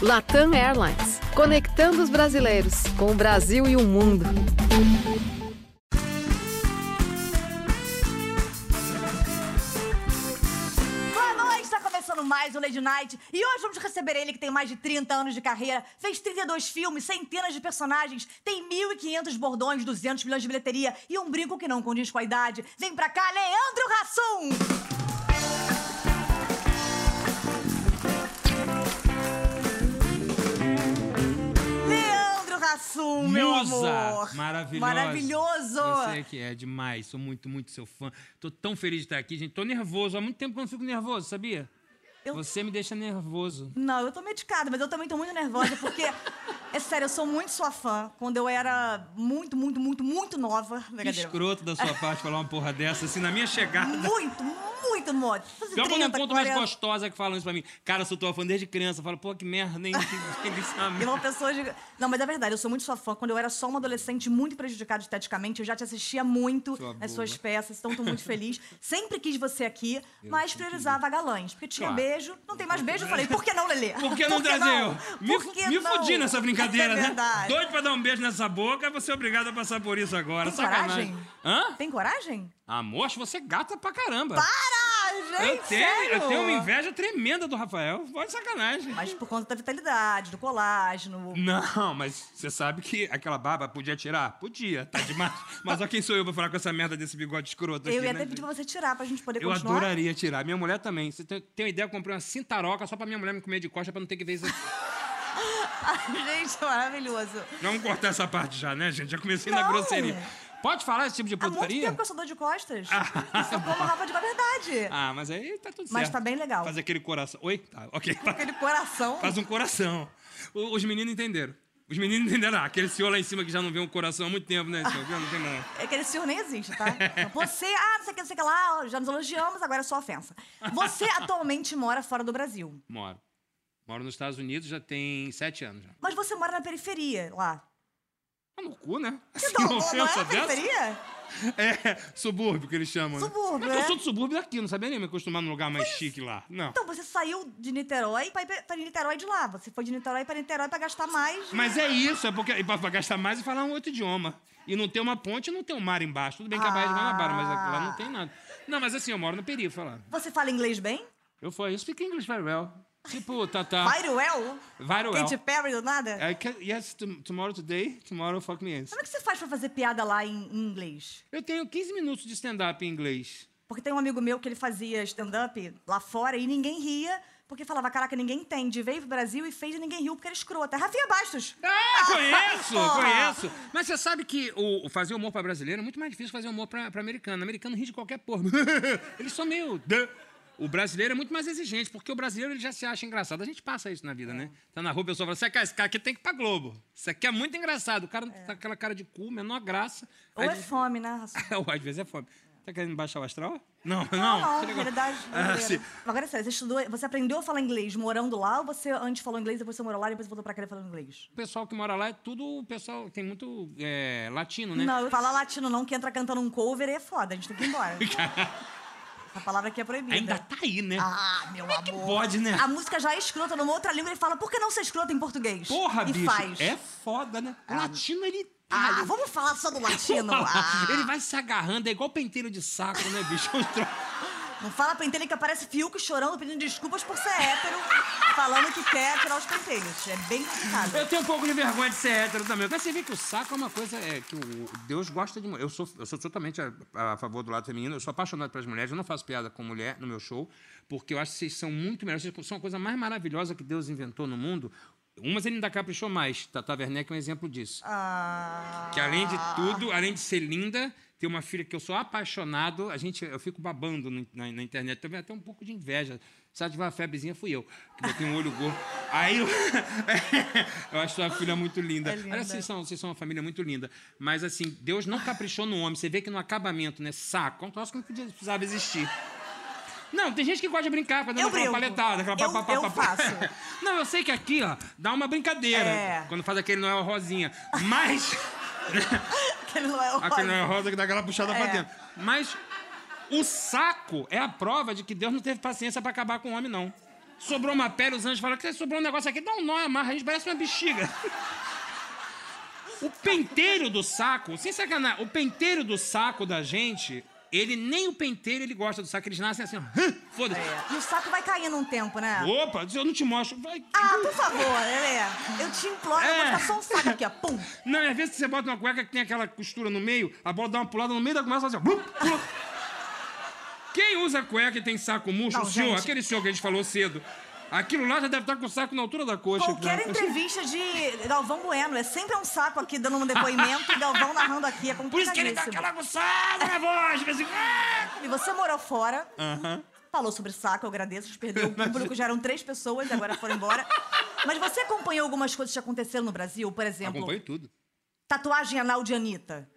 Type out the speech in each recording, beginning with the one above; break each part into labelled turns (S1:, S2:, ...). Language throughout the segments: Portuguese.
S1: Latam Airlines, conectando os brasileiros com o Brasil e o mundo.
S2: Boa noite, está começando mais o Lady Night. E hoje vamos receber ele que tem mais de 30 anos de carreira, fez 32 filmes, centenas de personagens, tem 1.500 bordões, 200 milhões de bilheteria e um brinco que não condiz com a idade. Vem pra cá, Leandro Hassum! Leandro Hassum, meu amor!
S3: Maravilhosa.
S2: Maravilhoso!
S3: Você que é demais. Sou muito, muito seu fã. Tô tão feliz de estar aqui, gente. Tô nervoso. Há muito tempo que eu não fico nervoso, sabia?
S2: Eu-
S3: Você me deixa nervoso.
S2: Não, eu tô medicada, mas eu também tô muito nervosa, porque. é sério, eu sou muito sua fã. Quando eu era muito, muito, muito, muito nova.
S3: Que
S2: brincadeira.
S3: escroto da sua parte falar uma porra dessa, assim, na minha chegada.
S2: Muito, muito, muito. Fazer
S3: Pior quando eu
S2: 30,
S3: encontro um mais
S2: 40.
S3: gostosa que falam isso pra mim. Cara, eu sou tua fã desde criança. Eu falo, pô, que merda, hein? Que- que isso é uma
S2: E
S3: merda.
S2: uma pessoa de... Não, mas é verdade, eu sou muito sua fã. Quando eu era só uma adolescente muito prejudicada esteticamente, eu já te assistia muito
S3: Sua
S2: nas
S3: boba.
S2: suas peças, então tô muito feliz. Sempre quis você aqui, mas priorizava galãs. Porque tinha
S3: Claro. é.
S2: beijo, não tem mais beijo, eu falei, por que não, Lelê?
S3: Por que não trazer eu? Me,
S2: Por que
S3: me
S2: não?
S3: fudi nessa brincadeira,
S2: é
S3: né?
S2: verdade.
S3: Doido pra dar um beijo nessa boca, você é obrigado a passar por isso agora.
S2: Tem
S3: Sacanagem.
S2: coragem?
S3: Hã?
S2: Tem coragem?
S3: Amor, acho você gata pra caramba.
S2: Para, Ah, gente!
S3: Eu tenho, eu
S2: É sério?
S3: tenho uma inveja tremenda do Rafael. Pode sacanagem.
S2: Mas por conta da vitalidade, do colágeno.
S3: Hum, Não, mas você sabe que aquela barba podia tirar? Podia, tá demais. Mas ó, quem sou eu pra falar com essa merda desse bigode escroto aqui,
S2: eu ia até
S3: né,
S2: pedir
S3: gente?
S2: pra você tirar pra gente poder
S3: Eu
S2: continuar.
S3: adoraria tirar. Minha mulher também. Você tem, tem uma ideia? Eu comprei uma cintaroca só pra minha mulher me comer de costa pra não ter que ver isso aqui.
S2: Ai, gente, é maravilhoso.
S3: Vamos cortar essa parte já, né, gente? Já comecei na
S2: Não.
S3: grosseria. Pode falar esse tipo de
S2: Há muito
S3: putaria?
S2: tempo que eu sou dor de costas. Eu sou como Rafa de é verdade.
S3: Ah, mas aí tá tudo certo.
S2: Mas tá bem legal.
S3: Faz aquele coração. Oi? Tá, ok.
S2: Aquele coração.
S3: Faz um coração. O- os meninos entenderam. Os meninos entenderam. Ah, aquele senhor lá em cima que já não vê um coração há muito tempo, né, senhor? Não tem mais.
S2: É que esse senhor nem existe, tá? Você, ah, não sei o que, não sei o que lá, ó, já nos elogiamos, agora é só ofensa. Você atualmente mora fora do Brasil.
S3: Moro. Moro nos Estados Unidos já tem sete anos já.
S2: Mas você mora na periferia lá.
S3: Tá no cu, né?
S2: Então,
S3: uma
S2: não é
S3: ofensa
S2: a
S3: dessa?
S2: periferia?
S3: É, subúrbio que eles chamam. né?
S2: Subúrbio,
S3: Eu
S2: né?
S3: sou do subúrbio daqui, não sabia nem me acostumar num lugar mais chique lá. Não.
S2: Então, você saiu de Niterói pra, ir pra Niterói de lá. Você foi de Niterói pra Niterói pra gastar mais.
S3: Mas é isso, é porque e pra, pra gastar mais e falar um outro idioma. E não ter uma ponte e não ter um mar embaixo. Tudo bem que a Bahia de Guanabara, mas aqui lá não tem nada. Não, mas assim, eu moro na perifa lá.
S2: Você fala inglês bem?
S3: Eu falei, eu speak English very well. Tipo, tá, tá.
S2: Vai well?
S3: Very well. É.
S2: Katy Perry do nada?
S3: I can, yes, tom- tomorrow today, tomorrow fuck me yes.
S2: Como é que você faz pra fazer piada lá em em inglês?
S3: Eu tenho 15 minutos de stand-up em inglês.
S2: Porque tem um amigo meu que ele fazia stand-up lá fora e ninguém ria, porque falava, caraca, ninguém entende. Veio pro Brasil e fez e ninguém riu porque era escrota. É Rafinha Bastos!
S3: Ah, conheço,
S2: Porra!
S3: conheço. Mas você sabe que o, o fazer humor pra brasileiro é muito mais difícil que fazer humor pra, pra americano. O americano ri de qualquer porra. Eles são meio... "Dã". O brasileiro é muito mais exigente, porque o brasileiro ele já se acha engraçado. A gente passa isso na vida, né? Tá na rua, o pessoal fala, "Cê, cara, esse cara aqui tem que ir pra Globo. Isso aqui é muito engraçado. O cara tá com aquela cara de cu, menor graça.
S2: Ou
S3: Aí
S2: é
S3: diz-
S2: fome, né? Rafa?
S3: Ou às vezes é fome. Tá querendo baixar o astral? Não,
S2: Não,
S3: não.
S2: não,
S3: Chega-
S2: realidade
S3: Ah,
S2: brasileira.
S3: sim.
S2: Agora, sério, você estudou, você aprendeu a falar inglês morando lá ou você antes falou inglês, depois você morou lá e depois voltou pra cá falando inglês?
S3: O pessoal que mora lá é tudo o pessoal tem muito é, latino, né?
S2: Não, falar latino não, que entra cantando um cover é foda, a gente tem que ir embora. Essa palavra aqui é proibida.
S3: Ainda tá aí, né?
S2: Ah, meu amor.
S3: pode, né?
S2: A música já é escrota numa outra língua, ele fala, por que não ser escrota em português?
S3: Porra,
S2: e
S3: bicho.
S2: faz.
S3: É foda, né? O latino, ele.
S2: Ah,
S3: ele-
S2: vamos falar só do latino. Ah,
S3: Ele vai se agarrando, é igual penteiro de saco, né, bicho? É um tro-
S2: Não fala pentelho que aparece Fiuk chorando, pedindo desculpas por ser hétero, falando que quer tirar os pentelhos. É bem complicado.
S3: Eu tenho um pouco de vergonha de ser hétero também. Mas você vê que o saco é uma coisa é, que o Deus gosta de. mu- Eu sou, eu sou totalmente a, a favor do lado feminino. Eu sou apaixonado pelas mulheres. Eu não faço piada com mulher no meu show, porque eu acho que vocês são muito melhores. Vocês são a coisa mais maravilhosa que Deus inventou no mundo. Umas ele ainda caprichou mais. Tata Werneck é um exemplo disso.
S2: Ah,
S3: Que além de tudo, além de ser linda, tem uma filha que eu sou apaixonado. A gente, eu fico babando no- na, na internet. Também até um pouco de inveja. Se ela tiver uma febrezinha, fui eu. Que eu tenho um olho gordo. Aí eu, eu acho sua filha muito linda.
S2: É linda.
S3: Olha, vocês são, vocês são uma família muito linda. Mas assim, Deus não caprichou no homem. Você vê que no acabamento, né? Saco. É um troço que não podia- precisava existir. Não, tem gente que gosta de brincar, fazendo
S2: Eu
S3: aquela
S2: brinco.
S3: paletada, aquela
S2: Eu- eu faço.
S3: Não, eu sei que aqui, ó, dá uma brincadeira.
S2: É.
S3: Quando faz aquele Noel Rosinha. Mas.
S2: aquele não é o
S3: Aquele não é rosa que dá aquela puxada pra
S2: É.
S3: dentro. Mas o saco é a prova de que Deus não teve paciência pra acabar com o homem, não. Sobrou uma pele, os anjos falaram que sobrou um negócio aqui, dá um nó, amarra, a gente parece uma bexiga. O penteiro do saco, sem sacanagem, o penteiro do saco da gente, ele nem o penteiro ele gosta do saco, eles nascem assim, ó. "Hã, Foda-se.
S2: E o saco vai caindo um tempo, né?
S3: Opa, eu não te mostro. Vai.
S2: Ah, por favor, Lelê. Eu te imploro, eu vou
S3: É.
S2: botar só um saco aqui, ó. Pum.
S3: Não, às vezes você bota uma cueca que tem aquela costura no meio, a bola dá uma pulada no meio da conversa faz assim, ó. blum, pula. Quem usa cueca e tem saco murcho,
S2: Não,
S3: o senhor,
S2: gente.
S3: aquele senhor que a gente falou cedo, aquilo lá já deve estar com o saco na altura da coxa. né?
S2: Qualquer
S3: cara.
S2: entrevista de Galvão Bueno. É sempre um saco aqui dando um depoimento e Galvão narrando aqui. É
S3: Por isso que ele dá
S2: complicadíssimo.
S3: aquela aguçada na voz, de vez em quando.
S2: E você morou fora,
S3: Aham.
S2: falou sobre saco, eu agradeço, a gente perdeu o público, já eram três pessoas, agora foram embora. Mas você acompanhou algumas coisas que aconteceram no Brasil? Por exemplo,
S3: Acompanho tudo.
S2: tatuagem anal de Anitta.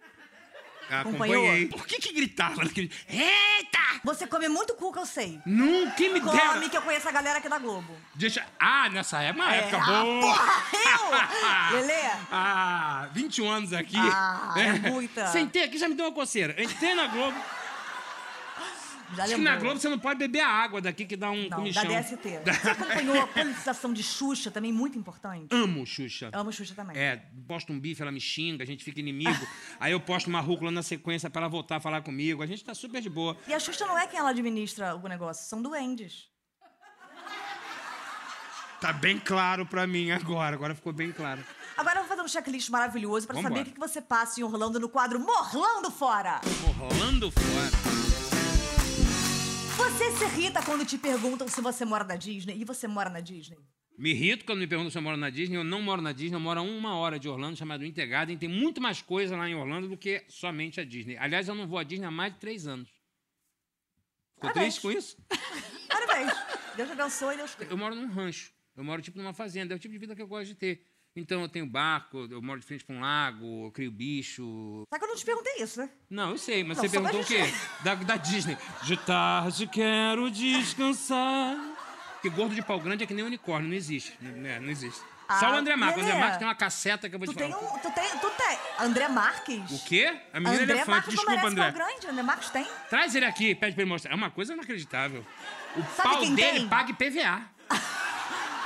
S2: Acompanhou?
S3: Acompanhei. Por que que gritava? naquele- Eita!
S2: Você come muito cu, que eu sei.
S3: Não, quem me
S2: Come,
S3: dera?
S2: que eu conheço a galera aqui da Globo.
S3: Deixa... Ah, nessa época, uma época
S2: ah,
S3: boa.
S2: porra, eu? Lelê?
S3: Ah, 21 anos aqui.
S2: Ah, é muita.
S3: Sentei aqui, já me deu uma coceira. Entrei na Globo.
S2: Já
S3: Acho que
S2: lembrou.
S3: na Globo você não pode beber a água daqui que dá um
S2: Não, da
S3: comichão.
S2: DST. Você acompanhou a politização de Xuxa, também muito importante.
S3: Amo Xuxa.
S2: Eu amo Xuxa também.
S3: É, posto um bife, ela me xinga, a gente fica inimigo. Aí eu posto uma rúcula na sequência pra ela voltar a falar comigo. A gente tá super de boa.
S2: E a Xuxa não é quem ela administra o negócio, são duendes.
S3: Tá bem claro pra mim agora, agora ficou bem claro.
S2: Agora eu vou fazer um checklist maravilhoso pra
S3: Vambora.
S2: saber o que que você passa em Orlando no quadro Morlando Fora.
S3: Rolando fora.
S2: Você se irrita quando te perguntam se você mora na Disney e você mora na Disney?
S3: Me irrito quando me perguntam se eu moro na Disney. Eu não moro na Disney, eu moro a uma hora de Orlando, chamado Winter Garden. Tem muito mais coisa lá em Orlando do que somente a Disney. Aliás, eu não vou à Disney há mais de três anos. Ficou
S2: Parabéns.
S3: triste com isso?
S2: Parabéns. Deus abençoe, Deus cuide.
S3: Eu moro num rancho. Eu moro tipo numa fazenda. É o tipo de vida que eu gosto de ter. Então eu tenho barco, eu moro de frente pra um lago, eu crio bicho.
S2: Só que eu não te perguntei isso, né?
S3: Não, eu sei, mas
S2: Não,
S3: você
S2: só
S3: perguntou o
S2: da
S3: quê? Da, da Disney. De tarde quero descansar. Porque gordo de pau grande é que nem unicórnio, não existe. né, Não, não existe.
S2: Ah,
S3: Só o André Marques. O André
S2: Lelê.
S3: Marques tem uma caceta que eu vou
S2: Tu
S3: te
S2: tem
S3: falar.
S2: um. Tu tem. Tu tem. André Marques?
S3: O quê? A menina é
S2: André
S3: elefante.
S2: Marques não
S3: Desculpa,
S2: merece
S3: André.
S2: pau grande, André Marques tem?
S3: Traz ele aqui, pede pra ele mostrar. É uma coisa inacreditável. O
S2: Sabe
S3: pau
S2: quem
S3: dele
S2: tem?
S3: paga IPVA.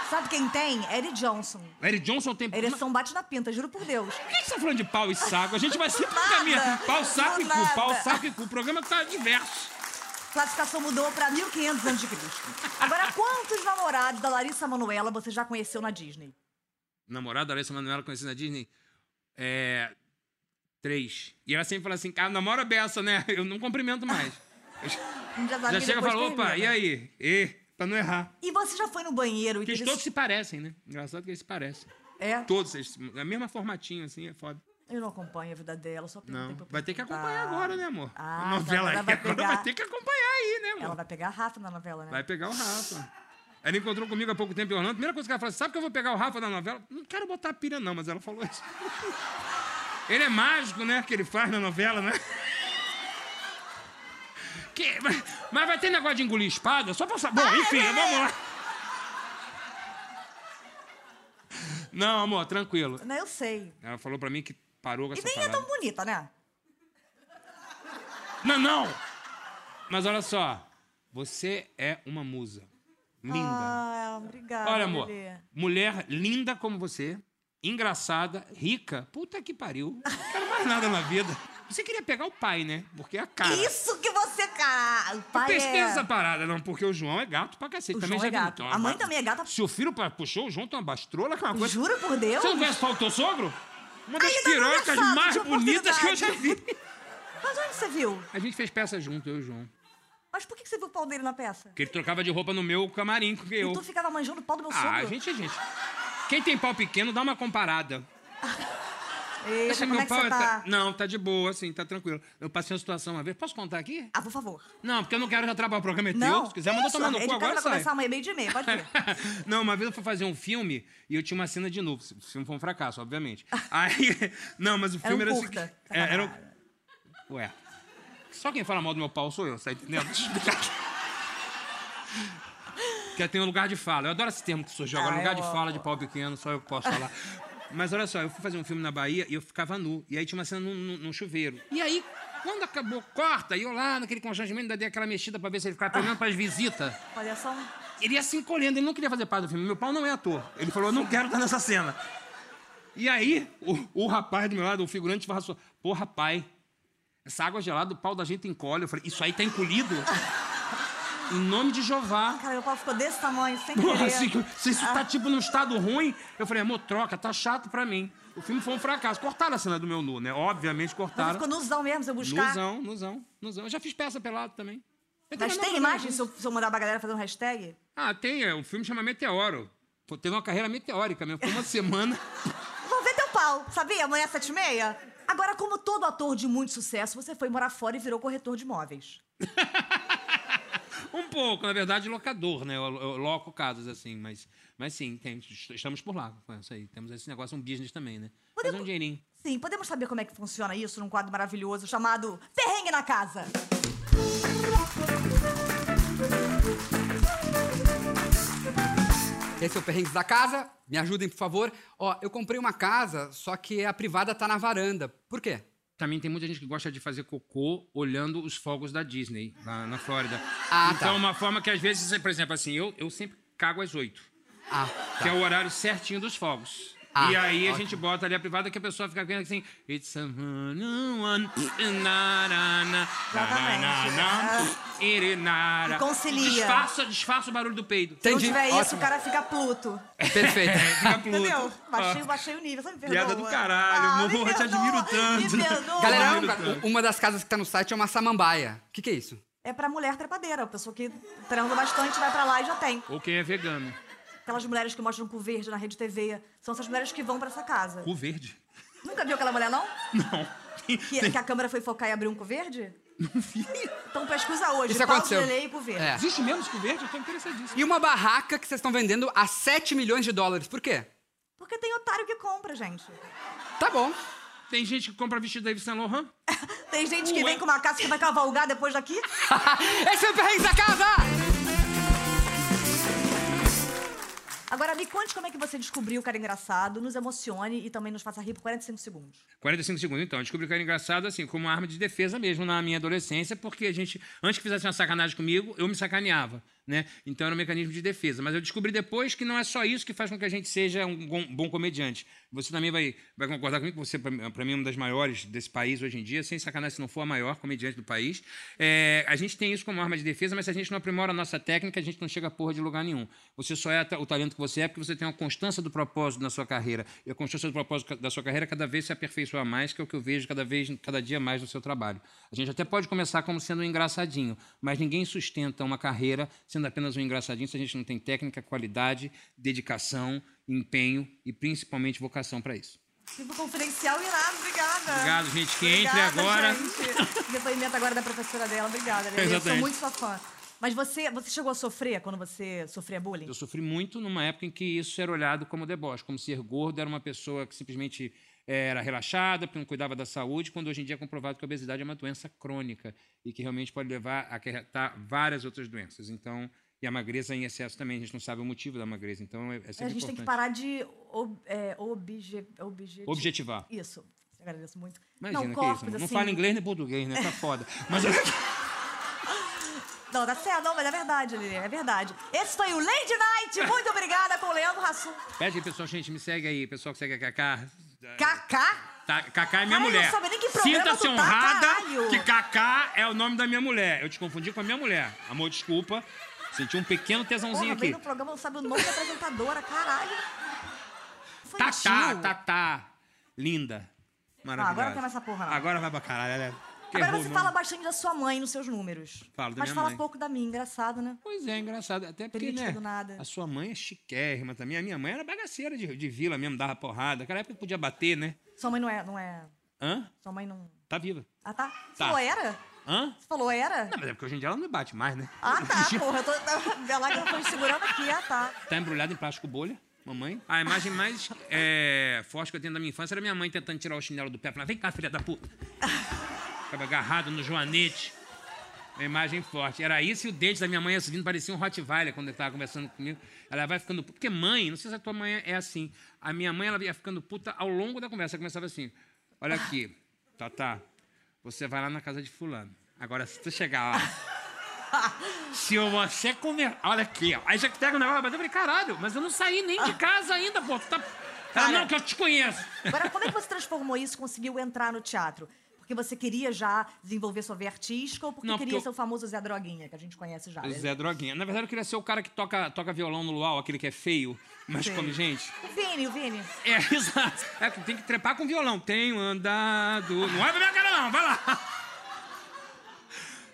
S2: Sabe quem tem? Eric Johnson.
S3: Eric Johnson tem... Mas-
S2: Ereção bate na pinta, juro por Deus.
S3: Por que você tá falando de pau e saco? A gente vai sempre no
S2: Nada.
S3: caminho. Pau, saco e
S2: Nada.
S3: cu, pau, saco e cu. O programa tá diverso.
S2: Classificação mudou pra 1500 antes de Cristo. Agora, quantos namorados da Larissa Manoela você já conheceu na Disney?
S3: Namorada da Larissa Manoela conhecida na Disney. É. Três. E ela sempre fala assim, cara, namora beça, né? Eu não cumprimento mais.
S2: A gente sabe
S3: Já
S2: que
S3: chega e
S2: Tá depois né?"
S3: fala, opa,
S2: termina.
S3: e aí? E, pra não errar.
S2: E você já foi no banheiro e
S3: Porque eles
S2: teve...
S3: todos se parecem, né? Engraçado que eles se parecem.
S2: É?
S3: Todos, eles, a mesma formatinho, assim, é foda.
S2: Eu não acompanho a vida dela, só perguntei
S3: Não.
S2: pra eu
S3: Vai ter que
S2: perguntar.
S3: acompanhar agora, né, amor?
S2: Ah,
S3: a novela aí.
S2: então ela vai
S3: agora
S2: pegar-
S3: vai ter que acompanhar aí, né, amor?
S2: Ela vai pegar a Rafa na novela, né?
S3: Vai pegar o Rafa. Ela encontrou comigo há pouco tempo em Orlando. Primeira coisa que ela falou, sabe que eu vou pegar o Rafa na novela? Não quero botar a pilha, não, mas ela falou isso. Ele é mágico, né? Que ele faz na novela, né? Que- mas- Mas vai ter negócio de engolir espada? Só pra saber. Bom, enfim, vamos lá. Não, amor, tranquilo.
S2: Não, Né, eu sei.
S3: Ela falou pra mim que parou com
S2: E
S3: essa
S2: nem é
S3: parada.
S2: tão bonita, né?
S3: Não, não! Mas olha só. Você é uma musa. Linda.
S2: Ah, obrigada,
S3: Olha, amor,
S2: Lelê.
S3: mulher linda como você, engraçada, rica, puta que pariu. Não quero mais nada na vida. Você queria pegar o pai, né? Porque é a cara.
S2: Isso que você... Cara, o pai
S3: Pesquisa
S2: é...
S3: essa parada, não, porque o João é gato pra cacete.
S2: O
S3: também
S2: João é
S3: já vi-
S2: gato.
S3: tem
S2: A mãe
S3: ba-
S2: também é gata.
S3: Se o filho pa- puxou, o João tem uma bastrola, que é uma coisa.
S2: Juro por Deus.
S3: Você não conhece o teu sogro? Uma das
S2: Ainda não é
S3: pirocas
S2: fato de
S3: mais bonitas que eu já vi.
S2: Mas onde você viu?
S3: A gente fez peça junto, eu e o João.
S2: Mas por que que você viu o pau dele na peça?
S3: Porque ele trocava de roupa no meu camarim, que eu.
S2: E tu ficava Então manjando o pau do meu sogro?
S3: Ah, a gente é gente. Quem tem pau pequeno, dá uma comparada.
S2: Eita,
S3: Esse
S2: como
S3: meu
S2: é que
S3: pau
S2: você
S3: é
S2: tá?
S3: ta- Não, tá de boa, assim, tá tranquilo. Eu passei uma situação uma vez. Posso contar aqui?
S2: Ah, por favor.
S3: Não, porque eu não quero atrapalhar o programa, é
S2: Não.
S3: teu. Se quiser, manda
S2: Isso,
S3: tomar no
S2: a
S3: cu
S2: Rede Casa
S3: agora
S2: vai
S3: sai.
S2: começar amanhã, meio de meia, pode ver.
S3: não, uma vez eu fui fazer um filme e eu tinha uma cena de novo. O filme foi um fracasso, obviamente. Aí. Não, mas o
S2: Era um
S3: filme era. o
S2: curta.
S3: seguinte- é, era um- Ué. Só quem fala mal do meu pau sou eu, tá entendendo? Deixa eu explicar aqui. Porque tem um lugar de fala. Eu adoro esse termo que surgiu agora.
S2: Ah,
S3: lugar
S2: eu
S3: de fala de pau pequeno, só eu que posso falar. Mas olha só, eu fui fazer um filme na Bahia e eu ficava nu. E aí tinha uma cena num, num- num chuveiro. E aí, quando acabou, corta, e eu lá naquele constrangimento, ainda dei aquela mexida pra ver se ele ficava pelo menos pras visitas.
S2: Olha só um...
S3: Ele ia se encolhendo, ele não queria fazer parte do filme. Meu pau não é ator. Ele falou, eu não quero estar nessa cena. E aí, o, o rapaz do meu lado, o figurante, falou porra, pai, essa água gelada, o pau da gente encolhe. Eu falei, isso aí tá encolhido? em nome de Jeová.
S2: Cara, meu pau ficou desse tamanho, sem
S3: Porra,
S2: querer.
S3: se, se isso
S2: Ah.
S3: tá tipo num estado ruim, eu falei, amor, troca, tá chato pra mim. O filme foi um fracasso. Cortaram a cena do meu nu, né? Obviamente
S2: Mas
S3: cortaram.
S2: ficou nuzão mesmo, se eu buscar.
S3: Nuzão, nuzão, nuzão. Eu já fiz peça pelado também. Eu
S2: Mas
S3: também não-
S2: tem imagem se eu, se eu mandar pra galera fazer um hashtag?
S3: Ah, tem. é, O filme chama Meteoro. Pô, Teve uma carreira meteórica mesmo. Foi uma semana.
S2: Vou ver teu pau, sabia? Amanhã às sete e meia. Agora, como todo ator de muito sucesso, você foi morar fora e virou corretor de imóveis.
S3: Um pouco, na verdade, locador, né? Eu, eu loco casas assim, mas, mas sim, tem- estamos por lá com isso aí. Temos esse negócio, um business também, né?
S2: Mas
S3: Fazer
S2: eu-
S3: um dinheirinho.
S2: Sim, podemos saber como é que funciona isso num quadro maravilhoso chamado Perrengue na Casa.
S4: Esse é o Perrengues da Casa. Me ajudem, por favor. Ó, eu comprei uma casa, só que a privada tá na varanda. Por quê?
S3: Pra mim, tem muita gente que gosta de fazer cocô olhando os fogos da Disney, lá na Flórida.
S4: Ah, tá.
S3: então, é uma forma que às vezes, por exemplo, assim, eu, eu sempre cago às oito,
S4: Ah,
S2: Tá.
S3: que é o horário certinho dos fogos.
S4: Ah,
S3: e aí a
S4: ótimo.
S3: gente bota ali a privada que a pessoa fica vendo assim. It's a one, one, na, na, na, na, na, na, iri, na, na.
S2: Ah. E concilia. Tá.
S3: Disfarça, disfarça o barulho do peido.
S2: Se não
S4: Entendi.
S2: tiver isso,
S4: Ótimo.
S2: o cara fica pluto.
S3: um-
S4: Perfeito.
S3: Fica pluto.
S2: Entendeu? Baixei,
S3: Ah.
S2: baixei o nível, você me perdoa.
S3: Piada do caralho,
S2: ah,
S3: amor,
S2: me
S3: eu te
S2: perdoa,
S3: admiro tanto.
S2: Me perdoa.
S4: Galera,
S3: Primeiro
S4: uma- uma das casas que tá no site é uma samambaia. O que, que é isso?
S2: É pra mulher trepadeira, a pessoa que transa bastante vai pra lá e já tem.
S3: Ou quem é vegano.
S2: Aquelas mulheres que mostram cu verde na rede TV, são essas mulheres que vão pra essa casa.
S3: Cu verde?
S2: Nunca viu aquela mulher, não?
S3: Não.
S2: Que, que a câmera foi focar e abriu um cu verde? Então pesquisa hoje.
S4: Isso
S2: pau,
S4: aconteceu.
S2: lelê e cu verde.
S4: É.
S3: Existe mesmo cu verde? Eu tô interessadíssimo.
S4: E uma barraca que vocês estão vendendo a 7 milhões de dólares. Por quê?
S2: Porque tem otário que compra, gente.
S4: Tá bom.
S3: Tem gente que compra vestido David Saint Laurent?
S2: Tem gente que
S3: Ué.
S2: vem com uma casa que vai cavalgar depois daqui.
S4: Esse é o Perrengues da Casa!
S2: Agora me conte como é que você descobriu o cara engraçado, nos emocione e também nos faça rir por 45 segundos.
S3: 45 segundos, então. Eu descobri que era engraçado, assim, como uma arma de defesa mesmo na minha adolescência, porque a gente, antes que fizesse uma sacanagem comigo, eu me sacaneava, né? Então era um mecanismo de defesa. Mas eu descobri depois que não é só isso que faz com que a gente seja um bom, bom comediante. Você também vai, vai concordar comigo, que você, pra pra mim, é uma das maiores desse país hoje em dia, sem sacanagem, se não for a maior comediante do país. É, a gente tem isso como arma de defesa, mas se a gente não aprimora a nossa técnica, a gente não chega a porra de lugar nenhum. Você só é ta- o talento que você é porque você tem uma constância do propósito na sua carreira. E a constância do propósito ca- da sua carreira é cada vez se aperfeiçoar mais, que é o que eu vejo cada vez, cada dia mais no seu trabalho. A gente até pode começar como sendo um engraçadinho, mas ninguém sustenta uma carreira sendo apenas um engraçadinho se a gente não tem técnica, qualidade, dedicação, empenho e principalmente vocação para isso.
S2: Tipo confidencial irado, obrigada.
S3: Obrigado, gente, que entre
S2: Obrigada,
S3: agora.
S2: gente. Depoimento agora da professora dela, obrigada. Lelê. Eu sou
S3: Exatamente.
S2: muito sua fã. Mas você, você chegou a sofrer quando você sofria bullying?
S3: Eu sofri muito numa época em que isso era olhado como deboche, como ser gordo era uma pessoa que simplesmente eh, era relaxada, porque não cuidava da saúde, quando hoje em dia é comprovado que a obesidade é uma doença crônica e que realmente pode levar a acarretar várias outras doenças. Então, e a magreza em excesso também, a gente não sabe o motivo da magreza. Então, é, é
S2: a
S3: sempre
S2: gente tem
S3: importante
S2: que parar de ob, é, obje, obje-
S3: objetivar.
S2: Isso. Agradeço muito.
S3: Imagina
S2: não,
S3: que é
S2: corpos,
S3: isso. Não
S2: assim.
S3: fala inglês nem português, né? Tá foda. Mas
S2: Não, tá certo, não, mas é verdade, Lili, é verdade. Esse foi o Lady Night. Muito obrigada com o Leandro Rassum.
S3: pede aí, pessoal, gente, me segue aí, pessoal que segue a Cacá.
S2: Kaká?
S3: Tá, Cacá é minha
S2: Ai, eu
S3: mulher.
S2: não sabia nem que programa
S3: Sinta-se
S2: tu tá,
S3: honrada
S2: caralho.
S3: que Cacá é o nome da minha mulher. Eu te confundi com a minha mulher. Amor, desculpa. Senti um pequeno tesãozinho
S2: Porra, vem
S3: aqui.
S2: no programa, não sabe o nome da apresentadora, caralho.
S3: Tatá,
S2: Infantil.
S3: tatá. Linda. Maravilhosa.
S2: agora não tem mais essa porra, não.
S3: Agora vai pra caralho, né? Que
S2: Agora
S3: errou o
S2: você
S3: nome.
S2: fala bastante da sua mãe nos seus números.
S3: Falo da
S2: mas
S3: minha
S2: fala
S3: mãe.
S2: pouco da minha, engraçado, né?
S3: Pois é, engraçado. Até porque,
S2: Política
S3: né,
S2: do nada.
S3: a sua mãe é chiquérrima também. A minha mãe era bagaceira de, de vila mesmo, dava porrada. Naquela época podia bater, né?
S2: Sua mãe não é. Não é
S3: Hã?
S2: sua mãe não.
S3: Tá viva.
S2: Ah, tá? Você
S3: Tá.
S2: falou era?
S3: Hã?
S2: Você falou era?
S3: Não, mas é porque hoje em dia ela não me bate mais, né?
S2: Ah, tá, porra. Eu tô. Minha lágrima foi segurando aqui, ah, tá.
S3: Tá embrulhado em plástico bolha, mamãe. A imagem mais é, forte que eu tenho da minha infância era minha mãe tentando tirar o chinelo do pé. Falava, vem cá, filha da puta. Ficava agarrado no joanete. Uma imagem forte. Era isso e o dente da minha mãe subindo parecia um Rottweiler quando ele tava conversando comigo. Ela vai ficando puta. Porque mãe, não sei se a tua mãe é assim. A minha mãe, ela ia ficando puta ao longo da conversa. Ela começava assim, olha aqui, Tatá, você vai lá na casa de fulano. Agora, se tu chegar lá Se você comer. Olha aqui, ó. Aí já que pega o negócio, mas eu falei, caralho, mas eu não saí nem de casa ainda, pô. Tu tá. Ah,
S2: Cara.
S3: não, que eu te conheço.
S2: Agora, como é que você transformou isso e conseguiu entrar no teatro? Porque você queria já desenvolver sua veia artística ou porque
S3: Não, porque
S2: queria
S3: eu-
S2: ser o famoso Zé Droguinha, que a gente conhece já? né?
S3: Zé Droguinha. Na verdade, eu queria ser o cara que toca, toca violão no luau, aquele que é feio, mas come gente.
S2: O Vini, o Vini.
S3: É, exato. É, que tem que trepar com violão. Tenho andado. Não olha pra minha cara, não, vai lá.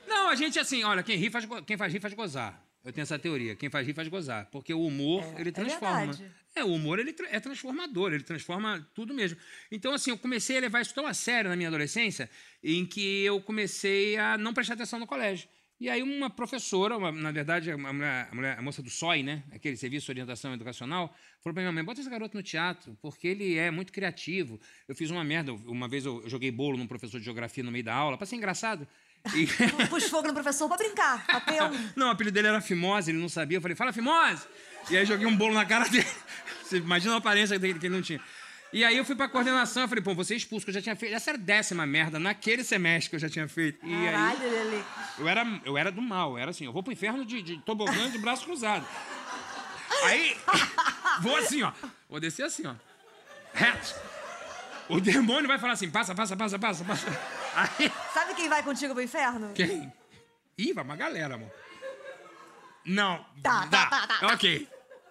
S3: Não, a gente assim, olha, quem ri faz, go- quem faz rir faz gozar. Eu tenho essa teoria. Quem faz rir faz gozar. Porque o humor, ele transforma.
S2: verdade.
S3: É, o humor ele tra- é transformador, ele transforma tudo mesmo. Então, assim, eu comecei a levar isso tão a sério na minha adolescência, em que eu comecei a não prestar atenção no colégio. E aí, uma professora, uma- na verdade, uma mulher- a, mulher- a moça do SOI, né? Aquele Serviço de Orientação Educacional, falou pra minha mãe: bota esse garoto no teatro, porque ele é muito criativo. Eu fiz uma merda. Uma vez eu eu joguei bolo num professor de geografia no meio da aula, pra ser engraçado. E.
S2: Pus fogo no professor pra brincar, pra ter um...
S3: Não, o apelido dele era Fimose, ele não sabia. Eu falei, fala Fimose! E aí joguei um bolo na cara dele. Você imagina a aparência dele que ele não tinha. E aí eu fui pra coordenação, eu falei, pô, você é expulso, que eu já tinha feito. Essa era a décima merda naquele semestre que eu já tinha feito. E aí
S2: Caralho, Lele.
S3: eu era, eu era do mal, eu era assim, eu vou pro inferno de, de tobogã de braço cruzado. Aí, vou assim, ó. Vou descer assim, ó. Reto. O demônio vai falar assim, passa, passa, passa, passa, passa. Aí,
S2: Sabe quem vai contigo pro inferno?
S3: quem? Ih, vai uma galera, amor. Não.
S2: Tá,
S3: dá.
S2: tá, tá, tá.
S3: Ok.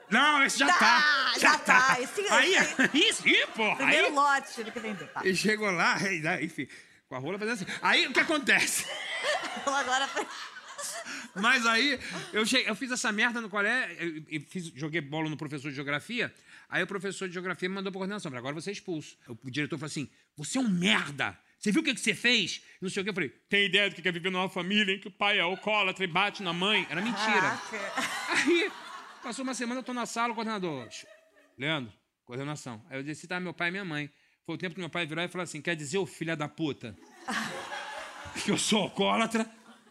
S3: Não, esse já
S2: Tá,
S3: tá.
S2: já tá. Esse-
S3: aí,
S2: esse-
S3: isso, ih, porra. Aí,
S2: Primeiro lote, ele que vendeu. Tá.
S3: ele chegou lá, aí, aí, enfim, com a rola fazendo assim. Aí, o que acontece?
S2: Então agora foi...
S3: Mas aí, eu, che- eu fiz essa merda no colégio, eu- eu fiz- joguei bola no professor de geografia, aí o professor de geografia me mandou pra coordenação, falei, agora você é expulso. O o diretor falou assim, você é um merda, você viu o que, que você fez? Não sei o que, eu falei, tem ideia do que que é viver numa família em que o pai é alcoólatra e bate na mãe? Era mentira.
S2: Caraca.
S3: Aí, passou uma semana, eu tô na sala, o coordenador. "Shh, Leandro, coordenação. Aí eu disse, tá, meu pai e minha mãe. Foi o tempo que meu pai virou e falou assim: quer dizer, ô filha da puta, que eu sou alcoólatra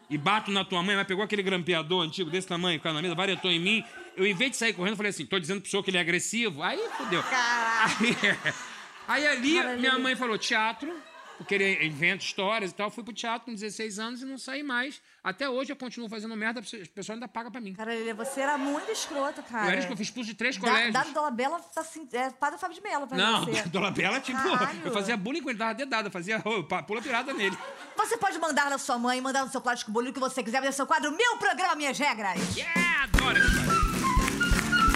S3: e bato na tua mãe, mas pegou aquele grampeador antigo desse tamanho, cara na mesa, varetou em mim. Eu, em vez de sair correndo, falei assim: tô dizendo pro senhor que ele é agressivo. Aí fudeu. é.
S2: Caraca.
S3: Aí, aí ali, minha mãe falou: teatro, porque ele inventa histórias e tal. Fui pro teatro com 16 anos e não saí mais. Até hoje eu continuo fazendo merda, o pessoal ainda paga pra mim.
S2: Cara, Lele, você era muito escroto, cara.
S3: Eu era que eu fui expulso de três
S2: Da,
S3: colégios.
S2: da Dona Bela, tá assim, é Padre Fábio de Mello pra
S3: Não,
S2: você.
S3: Dona Bela, tipo,
S2: Caralho.
S3: eu fazia bullying com ele, dava dedada, eu fazia ô, pa- pula pirada nele.
S2: Você pode mandar na sua mãe, mandar no seu plástico bolho o que você quiser, mas é seu quadro Meu Programa Minhas Regras.
S3: Yeah, adoro esse cara.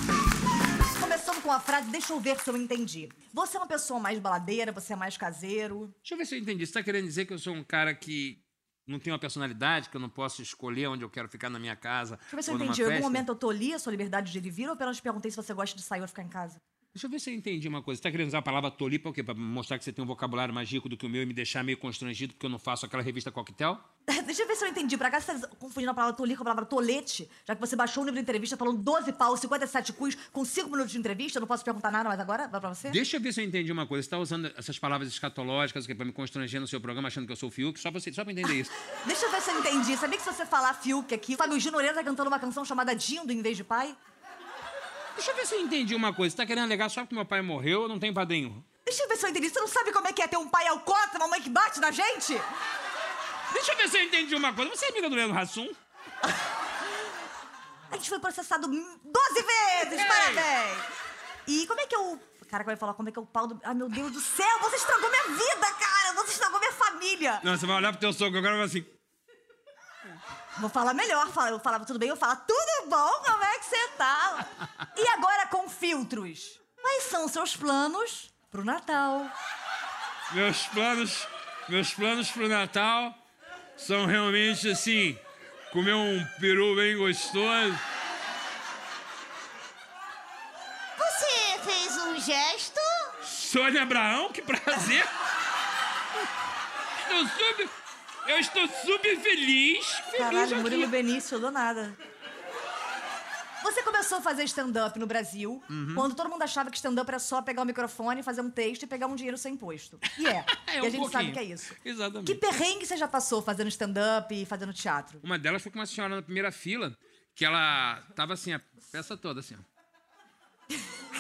S2: Começando com a frase, deixa eu ver se eu entendi. Você é uma pessoa mais baladeira, você é mais caseiro.
S3: Deixa eu ver se eu entendi. Você tá querendo dizer que eu sou um cara que não tem uma personalidade, que eu não posso escolher onde eu quero ficar na minha casa
S2: Deixa eu ver se eu
S3: ou numa
S2: entendi. Em algum
S3: festa?
S2: momento eu tolhi a sua liberdade de ir e vir ou apenas te perguntei se você gosta de sair ou ficar em casa?
S3: Deixa eu ver se eu entendi uma coisa. Você tá querendo usar a palavra toli pra o quê? Pra mostrar que você tem um vocabulário mais rico do que o meu e me deixar meio constrangido porque eu não faço aquela revista coquetel?
S2: Deixa eu ver se eu entendi. Pra cá você tá confundindo a palavra tolir com a palavra tolete, já que você baixou o livro de entrevista falando 12 pau, 57 cus, com 5 minutos de entrevista. Eu não posso perguntar nada, mas agora vai pra você?
S3: Deixa eu ver se eu entendi uma coisa. Você tá usando essas palavras escatológicas o quê? pra me constranger no seu programa achando que eu sou o Fiuk, só pra, você, só pra entender isso.
S2: Deixa eu ver se eu entendi. Sabia que se você falar Fiuk aqui, Fábio Gino Noreira tá cantando uma canção chamada Dindo em vez de pai?
S3: Deixa eu ver se eu entendi uma coisa. Você tá querendo alegar só porque meu pai morreu, eu não tenho padrinho.
S2: Deixa eu ver se eu entendi. Você não sabe como é que é ter um pai alcoólatra, uma mãe que bate na gente?
S3: Deixa eu ver se eu entendi uma coisa. Você é amiga do Leandro Hassum?
S2: A gente foi processado 12 vezes!
S3: Ei!
S2: Parabéns! E como é que eu. Cara, vai falar como é que é o pau do. Ai, meu Deus do céu! Você estragou minha vida, cara! Você estragou minha família!
S3: Não, você vai olhar pro teu sogro agora e vai assim...
S2: Vou falar melhor. fala- Eu falava tudo bem, eu falava tudo bom, como é que você tá? E agora com filtros. Quais são seus planos pro Natal?
S3: Meus planos... Meus planos pro Natal são realmente, assim... Comer um peru bem gostoso.
S5: Você fez um gesto?
S3: Sônia Abraão, que prazer! Estou super... Eu estou super feliz. Feliz
S2: Caralho, Murilo
S3: aqui.
S2: Benício, do nada. Você começou a fazer stand-up no Brasil,
S3: Uhum.
S2: quando todo mundo achava que stand-up era só pegar o microfone, fazer um texto e pegar um dinheiro sem imposto. E é.
S3: É,
S2: e a
S3: um
S2: gente sabe
S3: pouquinho.
S2: que é isso.
S3: Exatamente.
S2: Que perrengue você já passou fazendo stand-up e fazendo teatro?
S3: Uma delas foi com uma senhora na primeira fila, que ela tava assim, a peça toda assim, ó.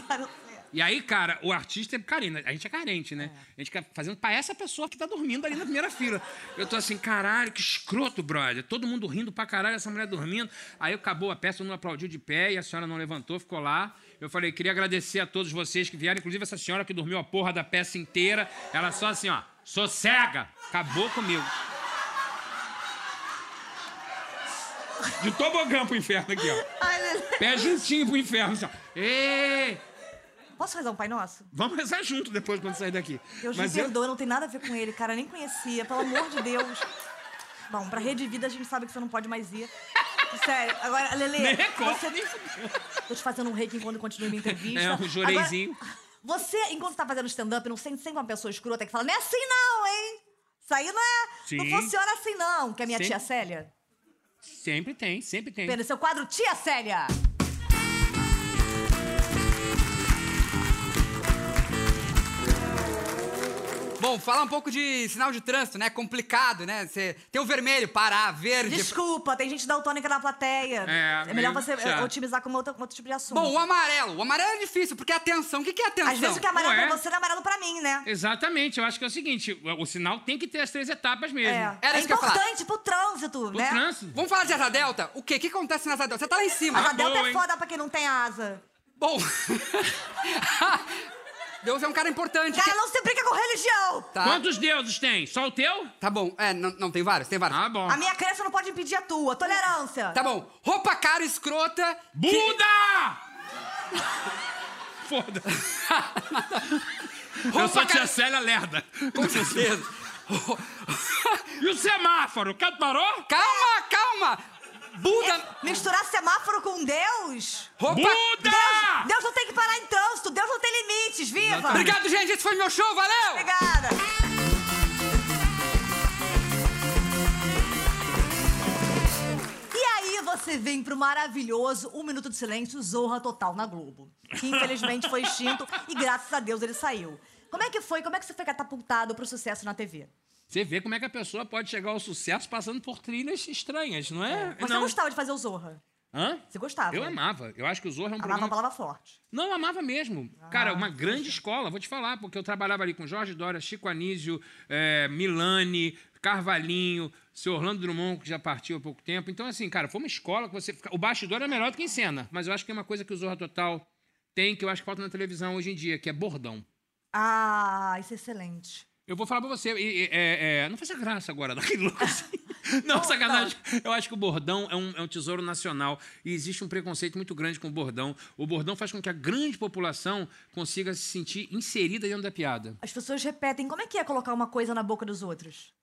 S2: Cara, eu sei.
S3: E aí, cara, o artista é carente. A gente é carente, né? A gente fica fazendo pra essa pessoa que tá dormindo ali na primeira fila. Eu tô assim, caralho, que escroto, brother. Todo mundo rindo pra caralho, essa mulher dormindo. Aí acabou a peça, não aplaudiu de pé e a senhora não levantou, ficou lá. Eu falei, queria agradecer a todos vocês que vieram, inclusive essa senhora que dormiu a porra da peça inteira. Ela só assim, ó, sossega! Acabou comigo. De tobogã pro inferno aqui, ó.
S2: Ai, Lelê.
S3: Pé juntinho pro inferno, assim, ó. Ei!
S2: Posso rezar um Pai Nosso?
S3: Vamos rezar junto depois quando sair daqui.
S2: Deus me perdoa, não tem nada a ver com ele, cara. Eu nem conhecia, pelo amor de Deus. Bom, pra Rede Vida a gente sabe que você não pode mais ir. Sério, agora, Lele.
S3: Nem recordo,
S2: você...
S3: nem
S2: Tô te fazendo um reiki enquanto continua minha entrevista.
S3: É, um jureizinho.
S2: Agora, você, enquanto tá fazendo stand-up, não sente sempre uma pessoa escrota que fala, não é assim não, hein? Isso aí não é. Não
S3: Sim.
S2: funciona assim não, que é minha
S3: Sim.
S2: tia Célia.
S3: Sempre tem, sempre tem.
S2: Pera, seu quadro Tia Célia.
S4: Bom, falar um pouco de sinal de trânsito, né? Complicado, né? Você tem o vermelho, parar, verde.
S2: Desculpa, tem gente daltônica na plateia.
S3: É,
S2: melhor
S3: meio
S2: você é,
S3: chato.
S2: otimizar com outro, com outro tipo de assunto.
S4: Bom, o amarelo. O amarelo é difícil, porque é atenção. O que que é atenção?
S2: Às
S3: então.
S2: vezes o que é amarelo
S3: Ué.
S2: pra você não é amarelo pra mim, né?
S3: Exatamente, eu acho que é o seguinte: o, o sinal tem que ter as três etapas mesmo.
S2: É,
S4: Era
S2: é
S4: isso que eu ia falar.
S2: importante pro trânsito,
S3: O
S2: né?
S3: trânsito.
S4: Vamos falar de asa delta? O quê? O que acontece na asa delta? Você tá lá em cima.
S2: Mas a
S3: Ah,
S2: Delta
S3: boa,
S2: é
S3: hein?
S2: foda pra quem não tem asa.
S4: Bom. Deus é um cara importante.
S2: Cara, não se brinca com religião!
S4: Tá.
S3: Quantos deuses tem? Só o teu?
S4: Tá bom. É, não, não, tem vários, tem vários.
S3: Ah, bom.
S2: A minha crença não pode impedir a tua. Tolerância.
S4: Tá bom. Roupa cara, escrota. que-
S3: Buda! Foda-se. Eu
S4: Roupa
S3: sou
S4: cara.
S3: tia Célia é Lerda.
S4: Com certeza.
S3: E o semáforo? Cato parou?
S4: calma, calma. Buda.
S2: Misturar semáforo com Deus?
S4: Roupa.
S3: Buda!
S2: Deus não tem que parar em trânsito. Deus não tem limites. Viva!
S4: Ah. Obrigado, gente. Esse foi meu show. Valeu!
S2: Obrigada. E aí você vem pro maravilhoso Um Minuto de Silêncio Zorra Total na Globo. Que infelizmente foi extinto e graças a Deus ele saiu. Como é que foi? Como é que você foi catapultado pro sucesso na TV?
S3: Você vê como é que a pessoa pode chegar ao sucesso passando por trilhas estranhas, não é?
S2: Mas Você
S3: não.
S2: gostava de fazer o Zorra?
S3: Hã?
S2: Você gostava?
S3: Eu amava. Eu acho que o Zorro é um
S2: Amava uma
S3: programa
S2: palavra forte.
S3: Não, amava mesmo. Cara, uma grande escola, vou te falar, porque eu trabalhava ali com Jorge Dória, Chico Anísio, eh, Milani, Carvalhinho, seu Orlando Drummond, que já partiu há pouco tempo. Então, assim, cara, foi uma escola que você. fica- O bastidor é melhor do que em cena, mas eu acho que é uma coisa que o Zorra Total tem, que eu acho que falta na televisão hoje em dia, que é bordão.
S2: Ah, isso é excelente.
S3: Eu vou falar pra você, e- e- é, é, não faça graça agora daquele louco assim. Não, sacanagem. Eu acho que o bordão é um, é um tesouro nacional e existe um preconceito muito grande com o bordão. O bordão faz com que a grande população consiga se sentir inserida dentro da piada.
S2: As pessoas repetem. Como é que é colocar uma coisa na boca dos outros?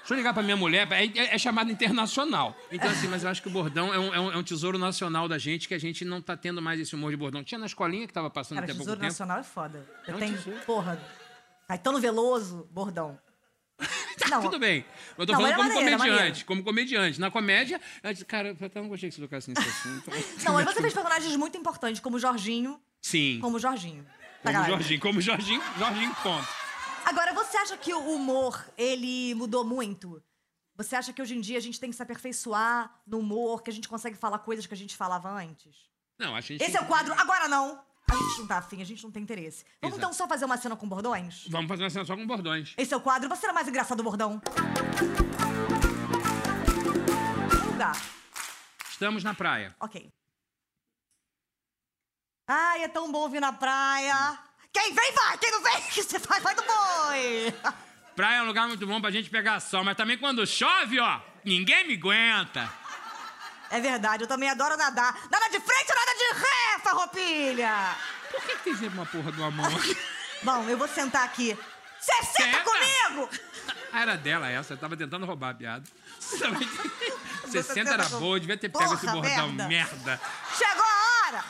S3: Deixa eu ligar pra minha mulher, é, é- é chamado internacional. Então, assim, mas eu acho que o bordão é um, é um- é um tesouro nacional da gente, que a gente não tá tendo mais esse humor de bordão. Tinha na escolinha que tava passando
S2: Cara,
S3: até pouco
S2: Tesouro
S3: tempo.
S2: Nacional é foda. Eu
S3: É um
S2: tenho,
S3: tesouro.
S2: porra, Caetano Veloso, bordão. Não,
S3: Tudo bem. Mas eu tô
S2: Não,
S3: falando
S2: era
S3: como
S2: maneiro, era
S3: comediante.
S2: maneiro.
S3: Como comediante. Na comédia, eu disse, cara, eu até não gostei que você tocasse nesse assunto.
S2: Não, mas você fez personagens muito importantes, como o Jorginho,
S3: Sim.
S2: como o Jorginho. Tá,
S3: Como
S2: galera?
S3: Jorginho, como Jorginho, Jorginho ponto.
S2: Agora, você acha que o humor, ele mudou muito? Você acha que hoje em dia a gente tem que se aperfeiçoar no humor, que a gente consegue falar coisas que a gente falava antes?
S3: Não, a gente.
S2: Esse é o quadro Agora Não! A gente não tá afim, a gente não tem interesse. Vamos então
S3: Exato.
S2: só fazer uma cena com bordões?
S3: Vamos fazer uma cena só com bordões.
S2: Esse é o quadro Você era mais engraçado bordão. Um lugar.
S3: Estamos na praia.
S2: Ok. Ai, é tão bom vir na praia. Quem vem, vai. Quem não vem, que você vai, vai do boi.
S3: Praia é um lugar muito bom pra gente pegar sol, mas também quando chove, ó, ninguém me aguenta.
S2: É verdade, eu também adoro nadar. Nada de frente, nada de ré, farroupilha.
S3: Por que, que tem sempre uma porra de uma mão aqui?
S2: Bom, eu vou sentar aqui. Você senta
S3: Senta.
S2: comigo!
S3: Ah, era dela essa, eu tava tentando roubar a piada. Você também tem- 60
S2: senta
S3: era
S2: com-
S3: boa, devia ter pego esse
S2: tá Porra,
S3: bordão
S2: merda.
S3: merda.
S2: Chegou a hora.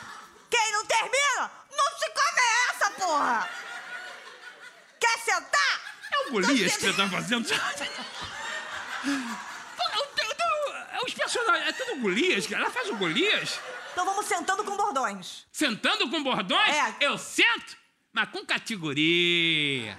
S2: Quem não termina, não se come essa, porra. Quer sentar?
S3: É o Golias que você tá fazendo? É Os personagens, é tudo Golias, cara. Ela faz o Golias?
S2: Então vamos sentando com bordões.
S3: Sentando com bordões?
S2: É.
S3: Eu sento, mas com categoria.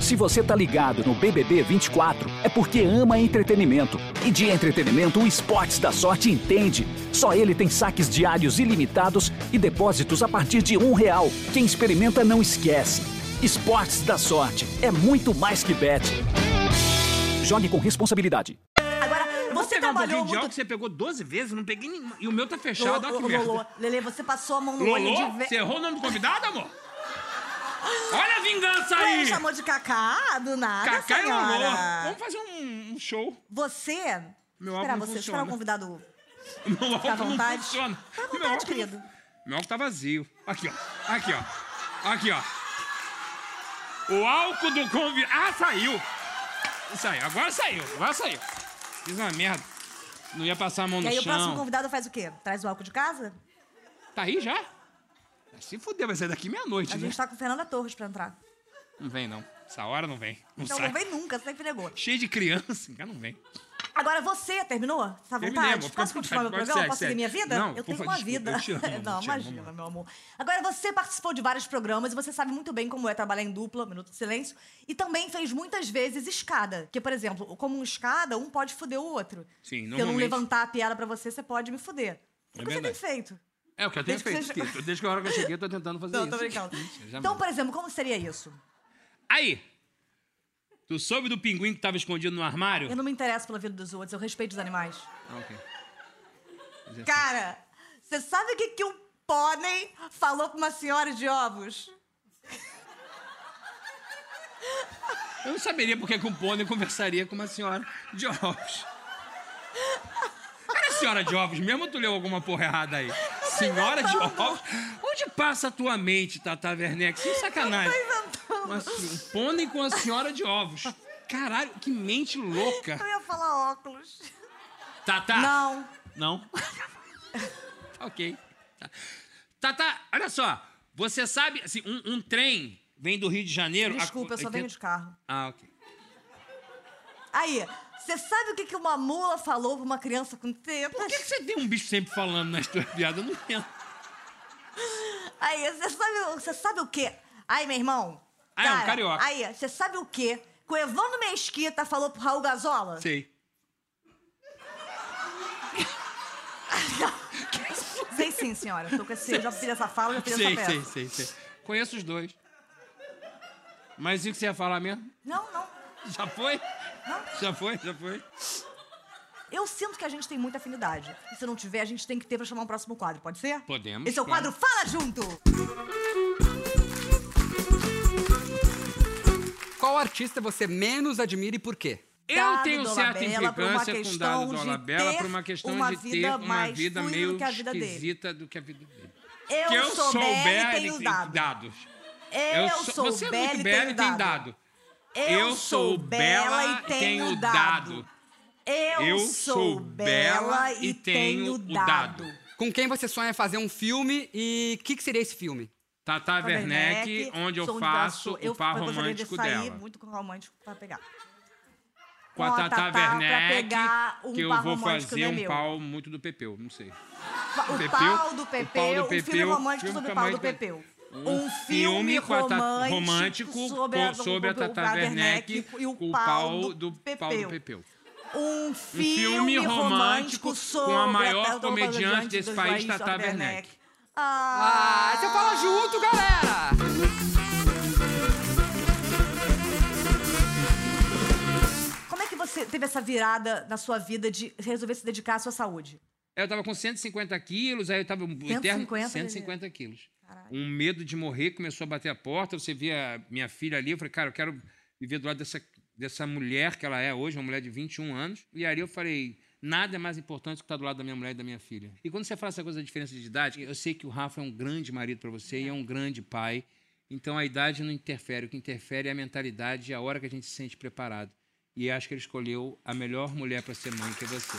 S6: Se você tá ligado no BBB 24, é porque ama entretenimento. E de entretenimento, o Esportes da Sorte entende. Só ele tem saques diários ilimitados e depósitos a partir de um real. Quem experimenta não esquece. Esportes da Sorte é muito mais que bet. Jogue com responsabilidade.
S2: Agora, você
S3: pegar um pouquinho
S2: trabalhou
S3: de álcool
S2: muito.
S3: que você pegou 12 vezes, não peguei nenhuma. E o meu tá
S2: Lolo,
S3: fechado, olha que
S2: Lolo,
S3: merda.
S2: Lolo, Lele, você passou a mão no olho
S3: Lolô?
S2: de
S3: Você
S2: vez.
S3: errou o nome do convidado, amor? Olha a vingança
S2: Ué,
S3: aí!
S2: Ele chamou de Cacá, do nada,
S3: Cacá é um e
S2: senhora.
S3: Lolô. Vamos fazer um, um show.
S2: Você...
S3: Meu
S2: esperar
S3: álcool não
S2: você, esperar o
S3: funciona.
S2: convidado...
S3: Meu álcool
S2: à vontade.
S3: não funciona.
S2: Fica à
S3: Meu
S2: vontade,
S3: álcool-
S2: querido.
S3: Meu álcool tá vazio. Aqui, ó. Aqui, ó. Aqui, ó. O álcool do convidado. Ah, saiu! Saiu. Agora saiu. Agora saiu. Fiz uma merda. Não ia passar a mão
S2: E
S3: no
S2: aí um o próximo
S3: chão.
S2: convidado faz o quê? Traz o álcool de casa?
S3: Tá aí já? Se fuder, vai sair daqui meia-noite,
S2: A
S3: né?
S2: gente tá com Fernanda Torres pra entrar. Então,
S3: Não vem, não. Essa hora não vem. Não,
S2: Não,
S3: sai.
S2: não vem nunca, sempre negou.
S3: Cheio de criança, cara, não vem.
S2: Agora você terminou? Tá à
S3: Terminei,
S2: vontade?
S3: amor, fica à
S2: Posso continuar meu
S3: vontade, agora
S2: programa?
S3: segue,
S2: Posso seguir
S3: segue.
S2: minha vida?
S3: Não,
S2: eu
S3: por
S2: tenho
S3: favor,
S2: uma vida.
S3: desculpa, eu te amo,
S2: não,
S3: amor, te amo,
S2: imagina, meu amor. Agora você participou de vários programas e você sabe muito bem como é trabalhar em dupla, minuto de silêncio, e também fez muitas vezes escada. Que, por exemplo, como um escada, um pode foder o outro. Se
S3: Sim,
S2: eu não
S3: normalmente.
S2: levantar a piada pra você, você pode me foder. O que você tem
S3: verdade.
S2: feito?
S3: É o que eu tenho
S2: Desde que
S3: feito.
S2: você-
S3: Kiko. Desde que a hora que eu cheguei, eu tô tentando fazer
S2: Não,
S3: isso.
S2: tô brincando.
S3: já
S2: Então,
S3: me-
S2: por exemplo, como seria isso?
S3: Aí! Tu soube do pinguim que tava escondido no armário?
S2: Eu não me interesso pela vida dos outros, eu respeito os animais.
S3: Ah, ok.
S2: Cara, você sabe o que, que um pônei falou pra uma senhora de ovos?
S3: Eu não saberia por que que um pônei conversaria com uma senhora de ovos. Era senhora de ovos mesmo ou tu leu alguma porra errada aí? Senhora de
S2: inventando.
S3: ovos? Onde passa a tua mente, Tata Werneck? Sem sacanagem.
S2: Tô inventando.
S3: Uma se- um pônei com a senhora de ovos. Caralho, que mente louca.
S2: Eu ia falar óculos.
S3: Tata.
S2: Não.
S3: Ah. Não? ok. Tá. Tata, olha só. Você sabe, assim, um, um trem vem do Rio de Janeiro... a-
S2: Desculpa, eu só venho de carro.
S3: Ah, ok.
S2: Aí, você sabe o que, que uma mula falou pra uma criança com
S3: Por que, que
S2: tetas?
S3: você tem um bicho sempre falando nas tuas piadas? Eu não entendo.
S2: Aí, você sabe, o- você sabe o quê? Aí, meu irmão.
S3: Ah, é um carioca.
S2: Aí, você sabe o quê? Que o Evandro Mesquita falou pro Raul Gazola?
S3: Sei.
S2: Sei sim, senhora. Tô com esse, eu já fiz essa fala, já fiz
S3: Sei,
S2: essa peça.
S3: sei, sei, sei. Conheço os dois. Mas e o que você ia falar mesmo?
S2: Não, não.
S3: Já foi?
S2: Não.
S3: Já foi? Já foi?
S2: Eu sinto que a gente tem muita afinidade. E se não tiver, a gente tem que ter pra chamar um próximo quadro, pode ser?
S3: Podemos,
S2: Esse é o
S3: claro.
S2: quadro Fala Junto!
S4: Qual artista você menos admira e por quê?
S3: Eu
S2: Dado
S3: tenho
S2: Dolabella
S3: certa
S2: por uma
S3: implicância com
S2: questão
S3: Dado
S2: de
S3: Dolabella
S2: ter
S3: por uma questão
S2: uma
S3: de ter
S2: vida
S3: uma
S2: mais
S3: vida
S2: fluida
S3: meio
S2: do que a vida dele.
S3: esquisita do que a vida dele.
S2: Eu,
S3: que eu
S2: sou,
S3: sou
S2: Bela e
S3: Bela
S2: tenho dado.
S3: dados.
S2: Eu,
S3: sou-
S2: sou
S3: você é
S2: Bela
S3: muito
S2: e
S3: Bela
S2: tenho
S3: e tem
S2: dado.
S3: dado.
S2: Eu sou Bela e tenho dado. Eu sou Bela e tenho dado.
S4: Com quem você sonha fazer um filme e o que, que seria esse filme?
S3: Tata Werneck,
S2: Werneck,
S3: onde eu
S2: sou
S3: faço
S2: sou- eu
S3: o par
S2: gostaria de
S3: romântico
S2: sair
S3: dela.
S2: muito com o romântico pra pegar.
S3: Com a
S2: pra
S3: Tata Werneck,
S2: pegar um
S3: que eu
S2: par
S3: vou
S2: romântico
S3: fazer
S2: não é
S3: um
S2: meu.
S3: pau muito do Pepeu, não sei.
S2: O pau do
S3: Pepeu, o pau do
S2: Pepeu, um filme
S3: Pepeu,
S2: romântico
S3: filme
S2: sobre
S3: com
S2: o
S3: a
S2: pau
S3: mãe
S2: do
S3: da-
S2: Pepeu.
S3: um filme com a ta- romântico com- sobre a
S2: sobre o
S3: Tata
S2: Werneck
S3: Werneck
S2: e o
S3: com o
S2: pau
S3: pau
S2: do
S3: do pau do
S2: Pepeu.
S3: Pepeu.
S2: Um
S3: Um filme romântico com a maior comediante desse país, Tata Werneck.
S2: Ah,
S4: Ah, você fala junto, galera!
S2: Como é que você teve essa virada na sua vida de resolver se dedicar à sua saúde?
S3: Eu tava com 150 quilos, aí eu tava 150,
S2: 150,
S3: 150 quilos. Um medo de morrer começou a bater a porta. Você via minha filha ali, eu falei, cara, eu quero viver do lado dessa, dessa mulher que ela é hoje, uma mulher de 21 anos. E aí eu falei, nada é mais importante que estar do lado da minha mulher e da minha filha. E quando você fala essa coisa da diferença de idade, eu sei que o Rafa é um grande marido para você e é um grande pai. Então a idade não interfere, o que interfere é a mentalidade e a hora que a gente se sente preparado. E acho que ele escolheu a melhor mulher para ser mãe que é você.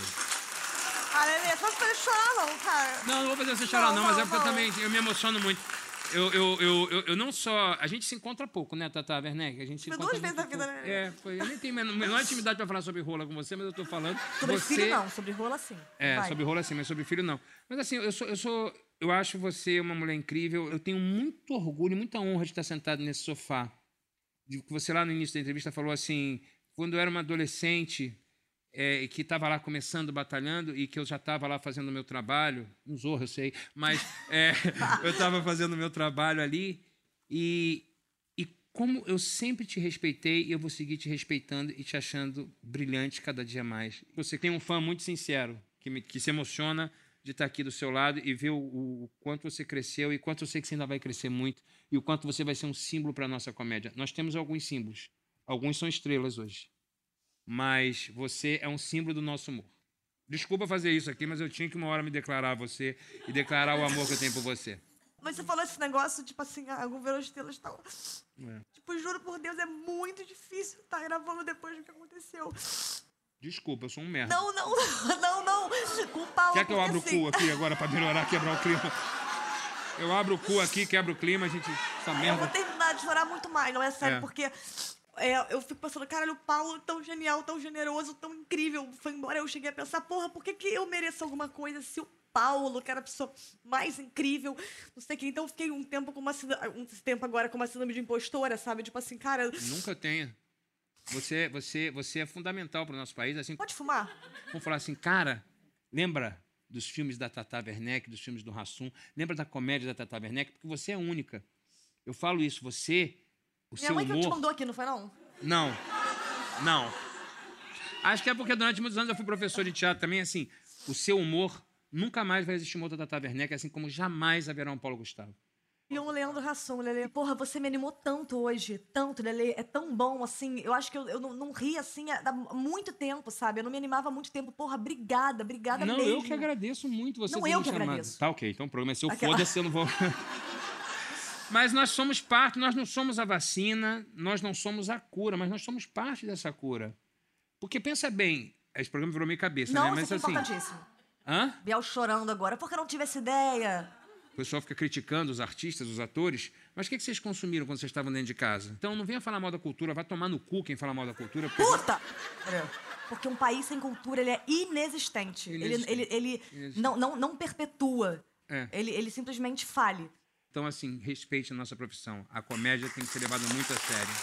S2: Ah, Lelê, só pra chorar não, cara.
S3: Não, não vou fazer você chorar, não,
S2: Não,
S3: mas
S2: não,
S3: é porque eu
S2: não.
S3: também eu me emociono muito. Eu, eu, eu, eu, eu não só. A gente se encontra pouco, né, Tata Werneck? A gente se
S2: Foi
S3: encontra.
S2: duas vezes
S3: muito
S2: na vida,
S3: pouco.
S2: né?
S3: É, foi. Eu nem tenho a menor- menor intimidade pra falar sobre rola com você, mas eu tô falando.
S2: Sobre
S3: você,
S2: filho não, sobre rola sim.
S3: É,
S2: Vai.
S3: sobre rola sim, mas sobre filho não. Mas assim, eu sou. Eu sou eu acho você uma mulher incrível. Eu tenho muito orgulho e muita honra de estar sentado nesse sofá de que você lá no início da entrevista falou assim, quando eu era uma adolescente é, e que estava lá começando, batalhando e que eu já estava lá fazendo o meu trabalho, um zorro, eu sei, mas é, eu estava fazendo o meu trabalho ali e, e como eu sempre te respeitei, eu vou seguir te respeitando e te achando brilhante cada dia mais. Você tem um fã muito sincero, que, me- que se emociona de estar aqui do seu lado e ver o, o- o quanto você cresceu e quanto eu sei que você ainda vai crescer muito e o quanto você vai ser um símbolo para a nossa comédia. Nós temos alguns símbolos. Alguns são estrelas hoje. Mas você é um símbolo do nosso humor. Desculpa fazer isso aqui, mas eu tinha que uma hora me declarar a você e declarar o amor que eu tenho por você.
S2: Mas você falou esse negócio, tipo assim, ah, algum verão estrelas tal. Tipo, juro por Deus, é muito difícil estar gravando depois do que aconteceu.
S3: Desculpa, eu sou um merda.
S2: Não, não, não, não. Com o Paulo.
S3: Quer que eu
S2: porque
S3: abra
S2: assim,
S3: o cu aqui agora pra melhorar, quebrar o clima? Eu abro o cu aqui, quebro o clima, a gente. Essa
S2: Eu vou
S3: merda.
S2: terminar de chorar muito mais, não é sério,
S3: É.
S2: porque é, eu fico pensando, caralho, o Paulo é tão genial, tão generoso, tão incrível, foi embora. Eu cheguei a pensar, porra, por que, que eu mereço alguma coisa se o Paulo, que era a pessoa mais incrível, não sei o que. Então eu fiquei um tempo com uma síndrome, um tempo agora com uma síndrome de impostora, sabe? Tipo assim, cara,
S3: Nunca tenha. Você, você, você é fundamental pro nosso país, assim
S2: pode fumar?
S3: Vamos falar assim, cara, lembra dos filmes da Tata Werneck, dos filmes do Rassum? Lembra da comédia da Tata Werneck? Porque você é única. Eu falo isso, você, o
S2: Minha
S3: seu
S2: mãe que te
S3: humor...
S2: mandou aqui, não foi não?
S3: Não, não. Acho que é porque durante muitos anos eu fui professor de teatro também, assim, o seu humor nunca mais vai existir um outro Tata Werneck, assim como jamais haverá um Paulo Gustavo.
S2: E o Leandro Hassum, Lele. Porra, você me animou tanto hoje. Tanto, Lele. É tão bom, assim. Eu acho que eu, eu não, não ri, assim, há há muito tempo, sabe? Eu não me animava há muito tempo. Porra, obrigada, obrigada
S3: Não,
S2: mesmo.
S3: eu que agradeço muito você
S2: Não,
S3: ter
S2: eu
S3: me
S2: que
S3: chamado.
S2: agradeço.
S3: Tá ok, então o programa é seu,
S2: Aquela-
S3: foda-se, eu não vou. mas nós somos parte, nós não somos a vacina, nós não somos a cura, mas nós somos parte dessa cura. Porque pensa bem, esse programa virou minha cabeça, né?
S2: Não,
S3: Mas
S2: isso é
S3: assim.
S2: importantíssimo.
S3: Hã?
S2: Biel chorando agora. Por que eu não tive essa ideia?
S3: O pessoal fica criticando os artistas, os atores, mas o que, é que vocês consumiram quando vocês estavam dentro de casa? Então não venha falar mal da cultura, vai tomar no cu quem fala mal da cultura. porque-
S2: Puta! Porque um país sem cultura, ele é inexistente. Ele-
S3: Inexistente.
S2: Ele, ele,
S3: Inexistente.
S2: Não, não, não perpetua.
S3: É.
S2: Ele, ele simplesmente fale.
S3: Então, assim, respeite a nossa profissão. A comédia tem que ser levada muito a sério.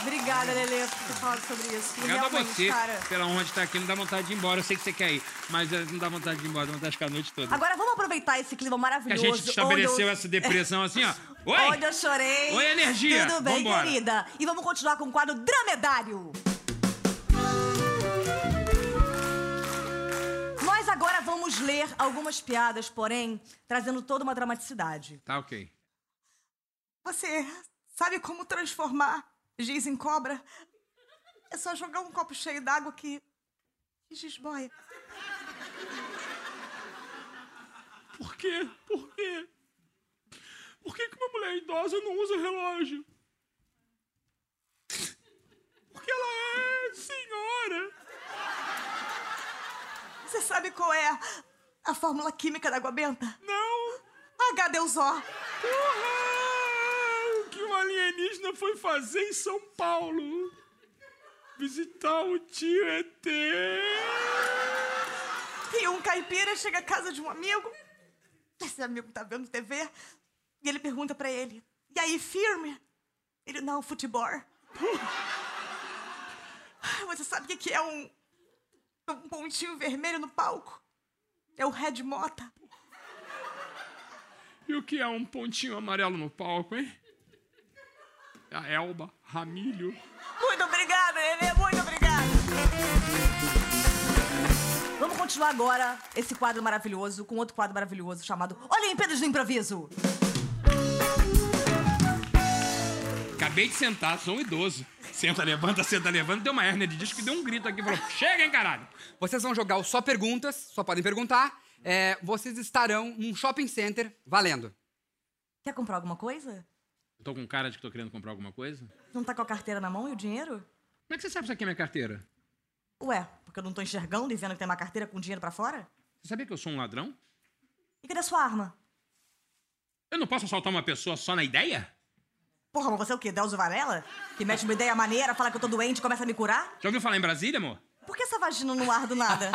S2: Obrigada, Lele, por ter falado sobre isso. porque
S3: Obrigado a
S2: realmente,
S3: você
S2: cara...
S3: pela honra de estar aqui. Não dá vontade de ir embora. Eu sei que você quer ir, mas eh, não dá vontade de ir embora. Dá vontade de ficar a noite toda.
S2: Agora vamos aproveitar esse clima
S3: Que a
S2: maravilhoso.
S3: gente estabeleceu
S2: onde eu-
S3: essa depressão assim, ó. Oi!
S2: Onde eu chorei.
S3: Oi, energia.
S2: Tudo bem,
S3: Vambora.
S2: querida. E vamos continuar com o quadro Dramedário. Nós agora vamos ler algumas piadas, porém, trazendo toda uma dramaticidade.
S3: Tá ok.
S2: Você sabe como transformar giz em cobra? É só jogar um copo cheio d'água que giz boia.
S3: Por quê? Por quê? Por que, uma mulher idosa não usa relógio? Porque ela é senhora.
S2: Você sabe qual é a fórmula química da água benta?
S3: Não.
S2: H2O.
S3: Porra! O que um alienígena foi fazer em São Paulo? Visitar o tio ET.
S2: E um caipira chega à casa de um amigo. Esse amigo tá vendo TV. E ele pergunta pra ele: E aí, firme? Ele: Não, futebol. Ah, Você sabe o que que é um. Um pontinho vermelho no palco? É o Red Mota.
S3: E o que é um pontinho amarelo no palco, hein? É A Elba, Ramilho.
S2: Muito obrigada, Lelê, muito obrigada. Vamos continuar agora esse quadro maravilhoso com outro quadro maravilhoso chamado Olimpíadas do Improviso.
S3: Acabei de sentar, sou um idoso. Senta, levanta, senta, levanta. Deu uma hérnia de disco e deu um grito aqui. Falou, chega, hein, caralho.
S4: Vocês vão jogar o só perguntas, só podem perguntar. É, vocês estarão num shopping center valendo.
S2: Quer comprar alguma coisa?
S3: Eu tô com cara de que tô querendo comprar alguma coisa. Como
S2: Não tá com a carteira na mão e o dinheiro?
S3: é que você sabe isso aqui é minha carteira?
S2: Ué, porque eu não tô enxergando e vendo que tem uma carteira com dinheiro pra fora?
S3: Você sabia que eu sou um ladrão?
S2: E cadê a sua arma?
S3: Eu não posso assaltar uma pessoa só na ideia?
S2: Porra, mas você é o quê? Delzo Varela? Que mete uma ideia maneira, fala que eu tô doente e começa a me curar?
S3: Já ouviu falar em Brasília, amor?
S2: Por que essa vagina no ar do nada?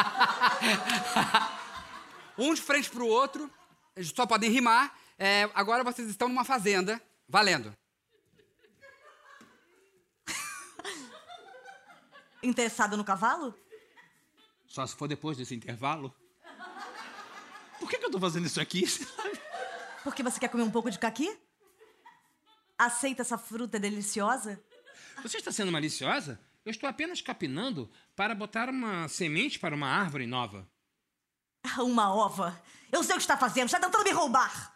S4: Um de frente pro outro, eles só podem rimar. É, agora vocês estão numa fazenda valendo.
S2: interessado no cavalo?
S3: Só se for depois desse intervalo. Por que, que eu tô fazendo isso aqui?
S2: Porque você quer comer um pouco de caqui? Aceita essa fruta deliciosa?
S3: Você está sendo maliciosa? Eu estou apenas capinando para botar uma semente para uma árvore nova.
S2: Ah, Uma ova. Eu sei o que está fazendo, está tentando me roubar.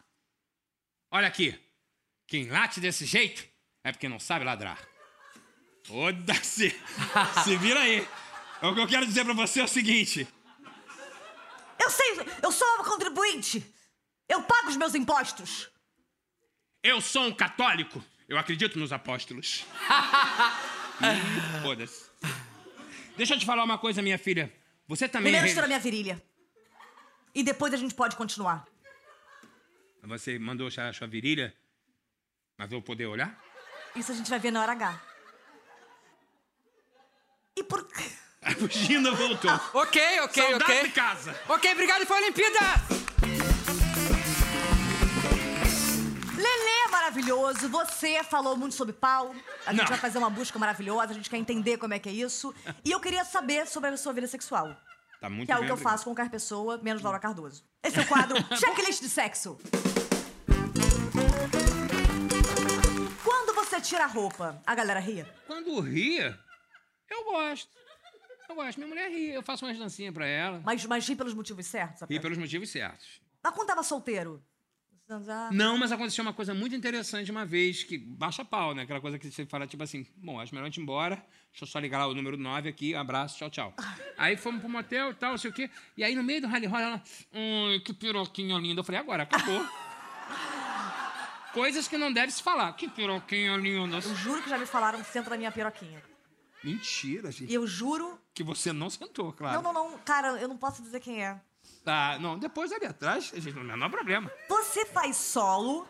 S3: Olha aqui. Quem late desse jeito é porque não sabe ladrar. Ô, Darcy, se vira aí. O que eu quero dizer pra você é o seguinte.
S2: Eu sei, eu sou uma contribuinte. Eu pago os meus impostos.
S3: Eu sou um católico. Eu acredito nos apóstolos. Hum, Foda-se. Deixa eu te falar uma coisa, minha filha. Você também... é
S2: Primeiro
S3: re-
S2: estoura minha virilha. E depois a gente pode continuar.
S3: Você mandou achar a sua virilha, mas vou poder olhar?
S2: Isso a gente vai ver na hora H. E por...
S3: A Gina voltou.
S4: Ok, ok,
S3: Saudade
S4: ok.
S3: de casa.
S4: Ok, obrigado e foi a Olimpíada!
S2: Lelê é maravilhoso, você falou muito sobre pau. A gente
S3: Não.
S2: vai fazer uma busca maravilhosa, a gente quer entender como é que é isso. E eu queria saber sobre a sua vida sexual.
S3: Tá muito
S2: Que é o
S3: bem,
S2: que eu
S3: obrigado.
S2: faço com qualquer pessoa, menos Laura Cardoso. Esse é o quadro Checklist de Sexo. Quando você tira a roupa, a galera ri.
S3: Quando ria, eu gosto. Eu gosto. Minha mulher ri. Eu faço umas dancinhas pra ela.
S2: Mas, mas ri pelos motivos certos, sabe?
S3: Ri pelos motivos certos.
S2: Mas quando tava solteiro? Ah,
S3: Não, mas aconteceu uma coisa muito interessante uma vez, que baixa pau, né? Aquela coisa que você fala, tipo assim, bom, acho melhor a gente ir embora, deixa eu só ligar lá o número 9 aqui, um abraço, tchau, tchau. Aí fomos pro motel e tal, não sei o quê. E aí no meio do rally roll, ela, ai, que piroquinha linda. Eu falei, agora, acabou. Coisas que não deve se falar. Que piroquinha linda.
S2: Eu juro que já me falaram centro da minha piroquinha.
S3: Mentira, gente.
S2: E eu juro.
S3: Que você não sentou, claro.
S2: Não, não, não, cara, eu não posso dizer quem é.
S3: Tá, não, depois ali atrás, a gente não tem o menor problema.
S2: Você faz solo?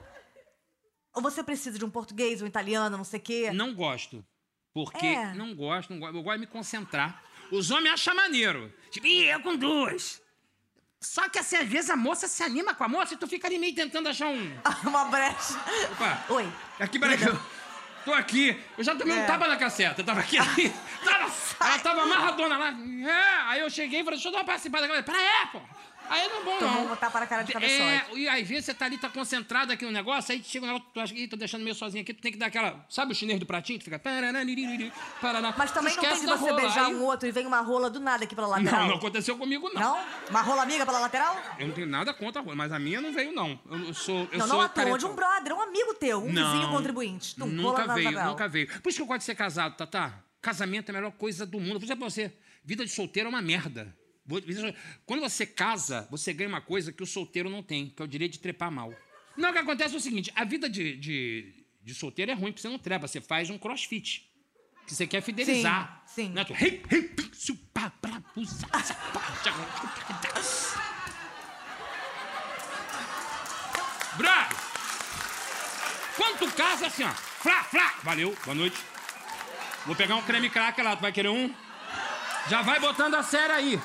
S2: Ou você precisa de um português, um italiano, não sei o quê?
S3: Não gosto. Porque
S2: É.
S3: não gosto, não gosto. Eu gosto de me concentrar. Os homens acham maneiro. Tipo, ih, eu com duas. Só que assim, às vezes a moça se anima com a moça e tu fica ali meio tentando achar um.
S2: Uma brecha.
S3: Opa!
S2: Oi.
S3: Aqui, peraí. que eu Tô aqui. Eu já tomei
S2: É. Ah.
S3: um tapa na caceta. Eu Tava aqui. ali. tava, ela tava amarradona lá. É, aí eu cheguei e falei, deixa eu dar uma participada. Ela, Pera aí, pô. Aí não é bom,
S2: Tomou um
S3: não.
S2: tapa na cara de cabeçote.
S3: É, e às vezes você tá ali, tá concentrado aqui no negócio, aí chega um negócio, tu acha que "Ih, tô deixando meio sozinho aqui, tu tem que dar aquela. Sabe o chinês do pratinho? Tu fica. "Paraná, niriri, paraná".
S2: Mas também
S3: Tu
S2: não tem
S3: esquece
S2: de
S3: da
S2: você
S3: rola,
S2: beijar
S3: aí-
S2: um outro e vem uma rola do nada aqui pela lateral.
S3: Não, não aconteceu comigo, não.
S2: Não? Uma rola amiga pela lateral?
S3: Eu não tenho nada contra a rola, mas a minha não veio, não. Eu, eu sou. Eu
S2: não,
S3: sou
S2: não à toa, de
S3: caretão.
S2: um brother, um amigo teu, um vizinho
S3: Não,
S2: contribuinte. Tum, rola
S3: nunca
S2: na
S3: veio,
S2: lateral.
S3: nunca veio. Por isso que eu gosto de ser casado, Tatá. Casamento é a melhor coisa do mundo. Por exemplo, pra você, vida de solteiro é uma merda. Vou- vida de solteiro- Quando você casa, você ganha uma coisa que o solteiro não tem, que é o direito de trepar mal. Não, o que acontece é o seguinte: a vida de, de, de solteiro é ruim, porque você não trepa, você faz um crossfit. Que você quer fidelizar.
S2: Sim, sim.
S3: Né? Tu- Hey, hey, pi, su, pa, pra, pu, sa, sa, pa, tcha, tcha, tcha, tcha. Bravo! Quando tu casa, é assim, ó. Flá, flá. Valeu, boa noite. Vou pegar um creme cracker lá, tu vai querer um? Já vai botando a série aí.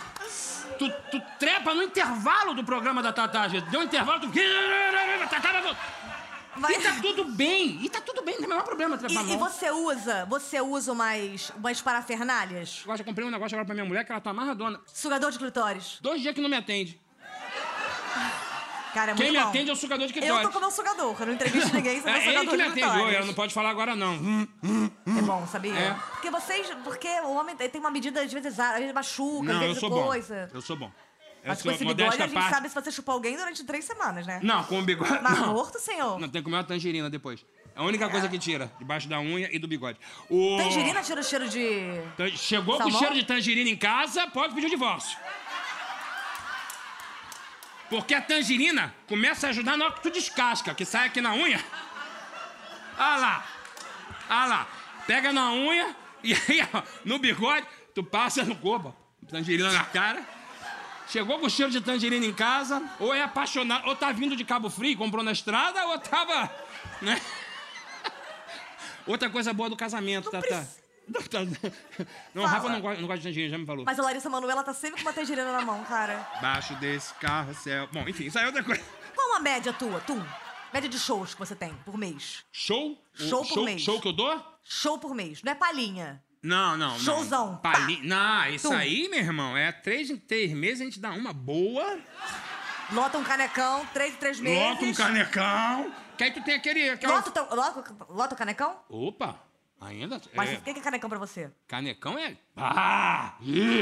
S3: Tu, tu trepa no intervalo do programa da Tatá, gente. Deu um intervalo, tu... Tatá vai voltar.
S2: Vai-
S3: E tá tudo bem. E tá tudo bem, não tem o menor problema trepar
S2: E, e
S3: mal.
S2: você usa, você usa umas, umas parafernalhas?
S3: Agora eu comprei um negócio agora pra minha mulher que ela tá amarradona.
S2: Sugador de clitóris.
S3: Dois dias que não me atende.
S2: Cara, é
S3: Quem
S2: muito
S3: me
S2: bom.
S3: atende é o sugador de
S2: Eu
S3: clitóris.
S2: tô com o meu sugador, eu não entrevisto ninguém sem meu
S3: É ele
S2: sugador
S3: que me
S2: de
S3: atende. Ô, Ela não
S2: clitóris.
S3: pode falar agora, não. Hum.
S2: É bom, sabia?
S3: É.
S2: Porque vocês, porque o homem tem uma medida, às vezes, às vezes machuca, às
S3: Não, eu
S2: vezes
S3: sou bom.
S2: coisa.
S3: Eu sou bom. Eu
S2: Mas com
S3: sou
S2: esse bigode
S3: modesta
S2: a gente
S3: parte.
S2: sabe se você chupar alguém durante três semanas, né?
S3: Não, com o bigode.
S2: Mas
S3: não.
S2: morto, senhor?
S3: Não, tem que comer uma tangerina depois. É a única coisa que tira, debaixo da unha e do bigode. O...
S2: Tangerina tira o cheiro de...
S3: Tan- Chegou com
S2: Salmão?
S3: cheiro de tangerina em casa, pode pedir o divórcio. Porque a tangerina começa a ajudar na hora que tu descasca, que sai aqui na unha. Ah lá, ah lá. Pega na unha e aí, ó, no bigode, tu passa no corpo. ó. Tangerina na cara. Chegou com cheiro de tangerina em casa, ou é apaixonado, ou tá vindo de Cabo Frio, comprou na estrada, ou tava, né? Outra coisa boa do casamento, Tatá. Não, tá- não, o Rafa
S2: Fala.
S3: não gosta, não gosta de tangerina, já me falou.
S2: Mas a Larissa Manoela tá sempre com uma tangerina na mão, cara.
S3: Baixo desse carro, céu. Bom, enfim, isso aí é outra coisa.
S2: Qual a média tua, tu? Média de shows que você tem por mês.
S3: Show? O
S2: Show por mês.
S3: Show que eu dou?
S2: Show por mês, não é palhinha.
S3: Não, não, não.
S2: Showzão.
S3: Pali... Não, isso
S2: Tum.
S3: aí, meu irmão, é três em três meses a gente dá uma boa,
S2: Lota um canecão, três em três meses.
S3: lota um canecão, que aí tu tem aquele... aquela-
S2: Lota o teu- Lota, lota o canecão?
S3: Opa, ainda...
S2: Mas
S3: é,
S2: o que que é canecão pra você?
S3: Canecão é... Ah!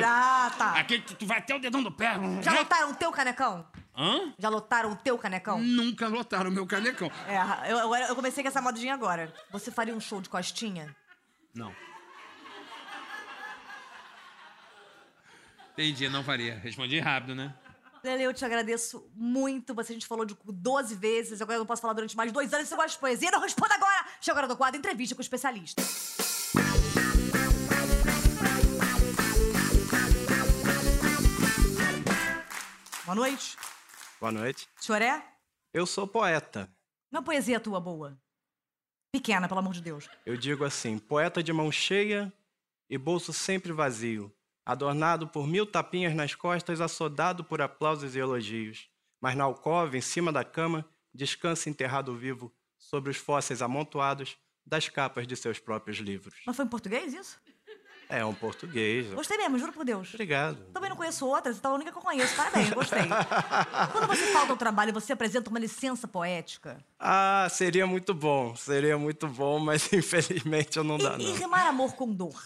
S2: Ah, tá.
S3: Aquele que tu vai até o dedão do pé.
S2: Já lotaram o teu canecão?
S3: Hã?
S2: Já lotaram o teu canecão?
S3: Nunca lotaram o meu canecão.
S2: É, eu, eu, eu comecei com essa modinha agora. Você faria um show de costinha?
S3: Não. Entendi, não faria. Respondi rápido, né?
S2: Lele, eu te agradeço muito. Você, a gente falou de cu 12 vezes, agora eu não posso falar durante mais dois anos. Se você gosta de poesia, não responda agora! Chega agora do quadro Entrevista com o Especialista. Boa noite.
S7: Boa noite.
S2: Choré?
S7: Eu sou poeta.
S2: Não poesia tua boa. Pequena, pelo amor de Deus.
S7: Eu digo assim: poeta de mão cheia e bolso sempre vazio, adornado por mil tapinhas nas costas, assodado por aplausos e elogios. Mas na alcova, em cima da cama, descansa enterrado vivo sobre os fósseis amontoados das capas de seus próprios livros.
S2: Mas foi em português isso?
S7: É um português.
S2: Gostei mesmo, juro por Deus.
S7: Obrigado.
S2: Também não conheço outras, então é a única que eu conheço. Parabéns, gostei. Quando você falta ao trabalho, você apresenta uma licença poética.
S7: Ah, seria muito bom, seria muito bom, mas infelizmente eu não
S2: E,
S7: dá
S2: e
S7: não.
S2: rimar amor com dor.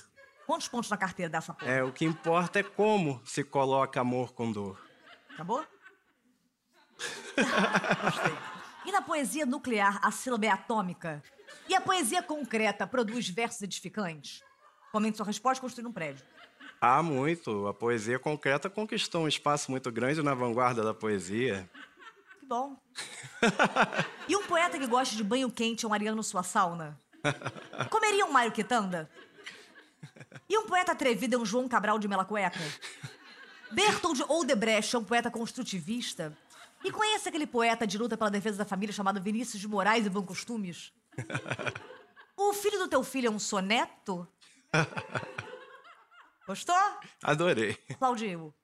S2: Quantos pontos na carteira dessa porra?
S7: É, o que importa é como se coloca amor com dor.
S2: Acabou? Gostei. E na poesia nuclear, a sílaba é atômica? E a poesia concreta produz versos edificantes? Comente sua resposta construindo um prédio.
S7: Há muito. A poesia concreta conquistou um espaço muito grande na vanguarda da poesia.
S2: Que bom. E um poeta que gosta de banho quente é um ariano sua sauna? Comeria um Mário Quitanda? E um poeta atrevido é um João Cabral de Mela Cueca? Bertold Odebrecht é um poeta construtivista? E conhece aquele poeta de luta pela defesa da família chamado Vinícius de Moraes e Bom Costumes? O filho do teu filho é um soneto? Gostou?
S7: Adorei.
S2: Aplaudiu.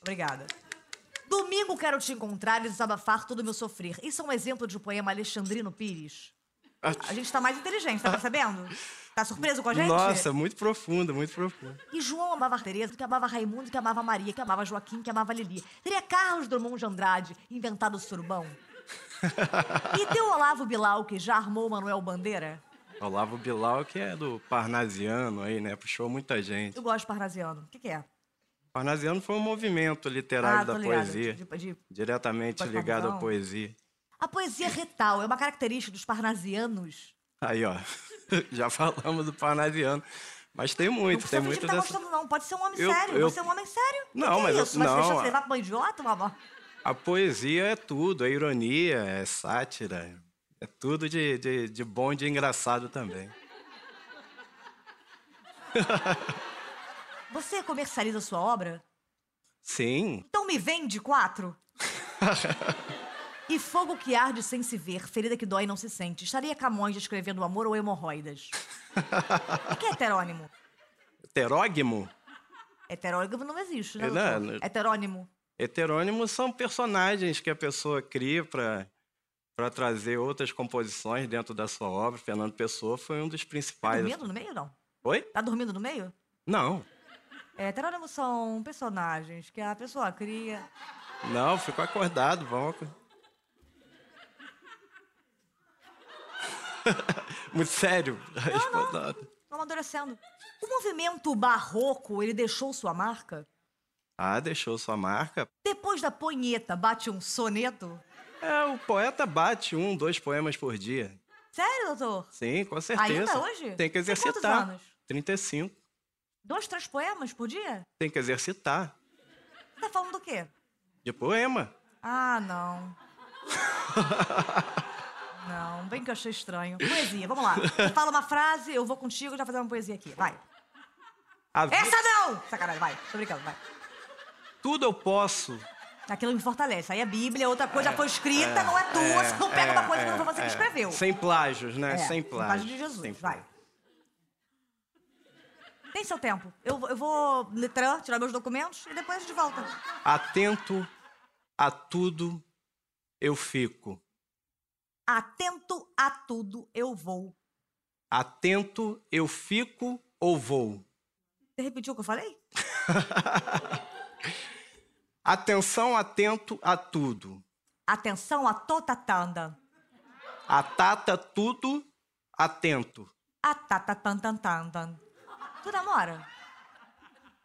S2: Obrigada. Domingo quero te encontrar e desabafar todo o meu sofrer. Isso é um exemplo de um poema Alexandrino Pires. A gente tá mais inteligente, tá percebendo? Tá surpreso com a gente?
S7: Nossa, muito profundo, muito profundo.
S2: E João amava Tereza, que amava Raimundo, que amava Maria, que amava Joaquim, que amava Lili. Teria Carlos Drummond de Andrade inventado o surubão? e teu Olavo Bilal, que já armou o Manuel Bandeira?
S7: Olavo Bilal, que é do Parnasiano aí, né? Puxou muita gente.
S2: Eu gosto de parnasiano. O que, que é?
S7: Parnasiano foi um movimento literário
S2: Ah, tô
S7: da
S2: ligada.
S7: poesia,
S2: De- de-
S7: diretamente
S2: Pode
S7: ligado
S2: falar.
S7: à poesia.
S2: A poesia retal é uma característica dos parnasianos?
S7: Aí, ó, já falamos do Parnasiano. Mas tem muito,
S2: não
S7: tem
S2: precisa fingir
S7: muito
S2: que tá
S7: dessa.
S2: gostando, não. Pode ser um homem
S7: Eu-
S2: sério.
S7: eu-
S2: Você é um homem sério.
S7: Não,
S2: Que que
S7: mas
S2: é
S7: eu-
S2: isso? Mas
S7: não, ah.
S2: você deixa
S7: a-
S2: de levar pra um idiota, mamá?
S7: A poesia é tudo, é ironia, é sátira, é tudo de, de, de bom e de engraçado também.
S2: Você comercializa sua obra?
S7: Sim,
S2: Então me vende quatro. e fogo que arde sem se ver, ferida que dói e não se sente. Estaria Camões descrevendo o amor ou hemorroidas? o que é heterônimo?
S7: heterógimo.
S2: Heterônimo não existe, né?
S7: É, né?
S2: doutor? Heterônimo.
S7: Heterônimos são personagens que a pessoa cria para para trazer outras composições dentro da sua obra. Fernando Pessoa foi um dos
S2: Tá
S7: principais.
S2: dormindo no meio, não?
S7: Oi?
S2: Tá dormindo no meio?
S7: Não.
S2: É, heterônimos são personagens que a pessoa cria.
S7: Não, fico acordado, vamos. acor- Muito sério. respondendo.
S2: Estão amadurecendo. O movimento barroco, ele deixou sua marca?
S7: Ah, deixou sua marca.
S2: Depois da ponheta, bate um soneto?
S7: É, o poeta bate um, dois poemas por dia.
S2: Sério, doutor?
S7: Sim, com certeza.
S2: hoje?
S7: Tem que
S2: Tem quantos
S7: exercitar.
S2: anos?
S7: 35.
S2: Dois, três poemas por dia?
S7: Tem que exercitar.
S2: Você tá falando do quê?
S7: De poema.
S2: Ah, não. não, bem que eu achei estranho. Poesia, vamos lá. Fala uma frase, eu vou contigo já fazer uma poesia aqui. Vai.
S7: A vi-
S2: Essa não! Sacanagem, vai. Tô brincando, vai.
S7: Tudo eu posso.
S2: Aquilo me fortalece. Aí a Bíblia, outra coisa já foi escrita, não é tua. você não pega
S7: é,
S2: uma coisa que não
S7: é,
S2: foi você
S7: é.
S2: que escreveu.
S7: Sem plágios, né?
S2: É,
S7: sem
S2: no
S7: plágios.
S2: caso de Jesus,
S7: Sem
S2: vai.
S7: plágio.
S2: Tem seu tempo. Eu, eu vou, Netran, tirar meus documentos e depois a gente volta.
S7: Atento a tudo eu fico.
S2: Atento a tudo, eu vou.
S7: Atento eu fico ou vou?
S2: Você repetiu o que eu falei?
S7: Atenção, atento a tudo.
S2: Atenção à totatanda.
S7: Atata tudo, atento.
S2: A tatatantantandan. Tu namora?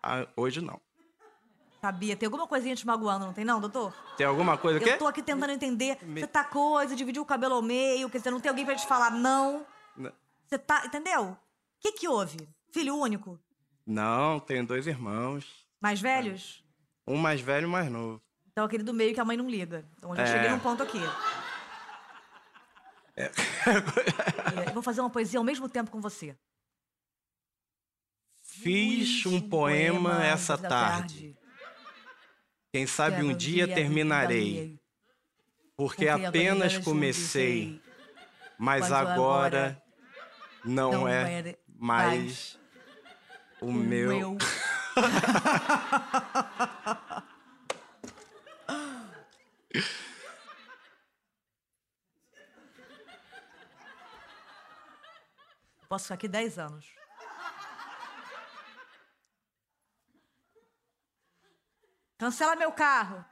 S7: Ah, hoje não.
S2: Sabia? Tem alguma coisinha te magoando, não tem não, doutor?
S7: Tem alguma coisa que?
S2: Eu tô aqui tentando entender. Você tá coisa, dividiu o cabelo ao meio, quer dizer, não tem alguém pra te falar não.
S7: N-
S2: Você tá, entendeu? O que que houve? Filho único?
S7: Não, tenho dois irmãos.
S2: Mais velhos?
S7: Um mais velho e um mais novo.
S2: Então aquele do meio que a mãe não liga. Então eu já
S7: É.
S2: cheguei num ponto aqui. Eu É, Vou fazer uma poesia ao mesmo tempo com você.
S7: Fiz um poema essa tarde. Quem
S2: é
S7: sabe um dia terminarei, porque apenas
S2: um
S7: comecei, mas
S2: mas agora
S7: agora não
S2: não
S7: é
S2: era
S7: mais o meu.
S2: Posso ficar aqui 10 anos. Cancela meu carro.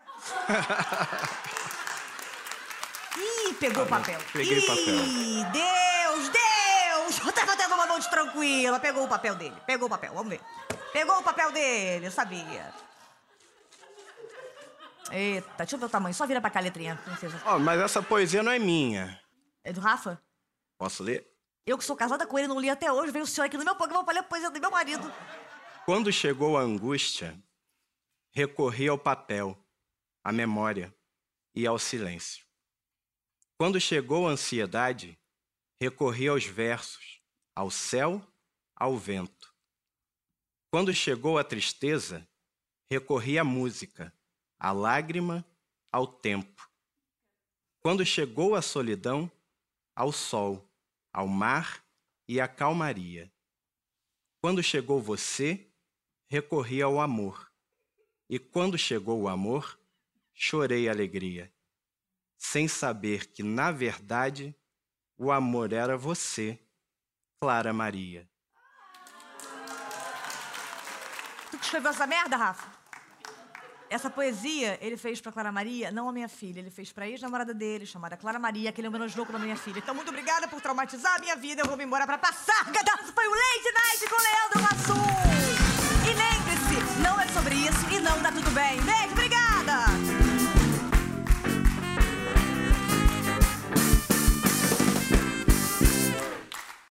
S2: Ih, pegou o papel.
S7: Tá peguei o papel.
S2: Ih, Deus, Deus! Eu tava tendo uma noite tranquila. Pegou o papel dele. Pegou o papel, vamos ver. Pegou o papel dele, eu sabia. Eita, deixa eu ver o tamanho. Só vira pra cá a letrinha. não seja-
S7: Ó, mas essa poesia não é minha.
S2: É do Rafa?
S7: Posso ler?
S2: Eu que sou casada com ele, não li até hoje. Veio o senhor aqui no meu programa pra ler a poesia do meu marido.
S7: Quando chegou a angústia, recorri ao papel, à memória e ao silêncio. Quando chegou a ansiedade, recorri aos versos, ao céu, ao vento. Quando chegou a tristeza, recorri à música, à lágrima, ao tempo. Quando chegou a solidão, ao sol, ao mar e à calmaria. Quando chegou você, recorri ao amor. E quando chegou o amor, chorei alegria, sem saber que, na verdade, o amor era você, Clara Maria.
S2: Tu que escreveu essa merda, Rafa? Essa poesia ele fez pra Clara Maria, não a minha filha. Ele fez pra ex-namorada dele, chamada Clara Maria, que ele homenageou com a minha filha. Então, muito obrigada por traumatizar a minha vida. Eu vou me embora pra passar. Cadastro foi o Lady Night com Leandro Massum. E lembre-se, não é sobre isso e não tá tudo bem. Beijo,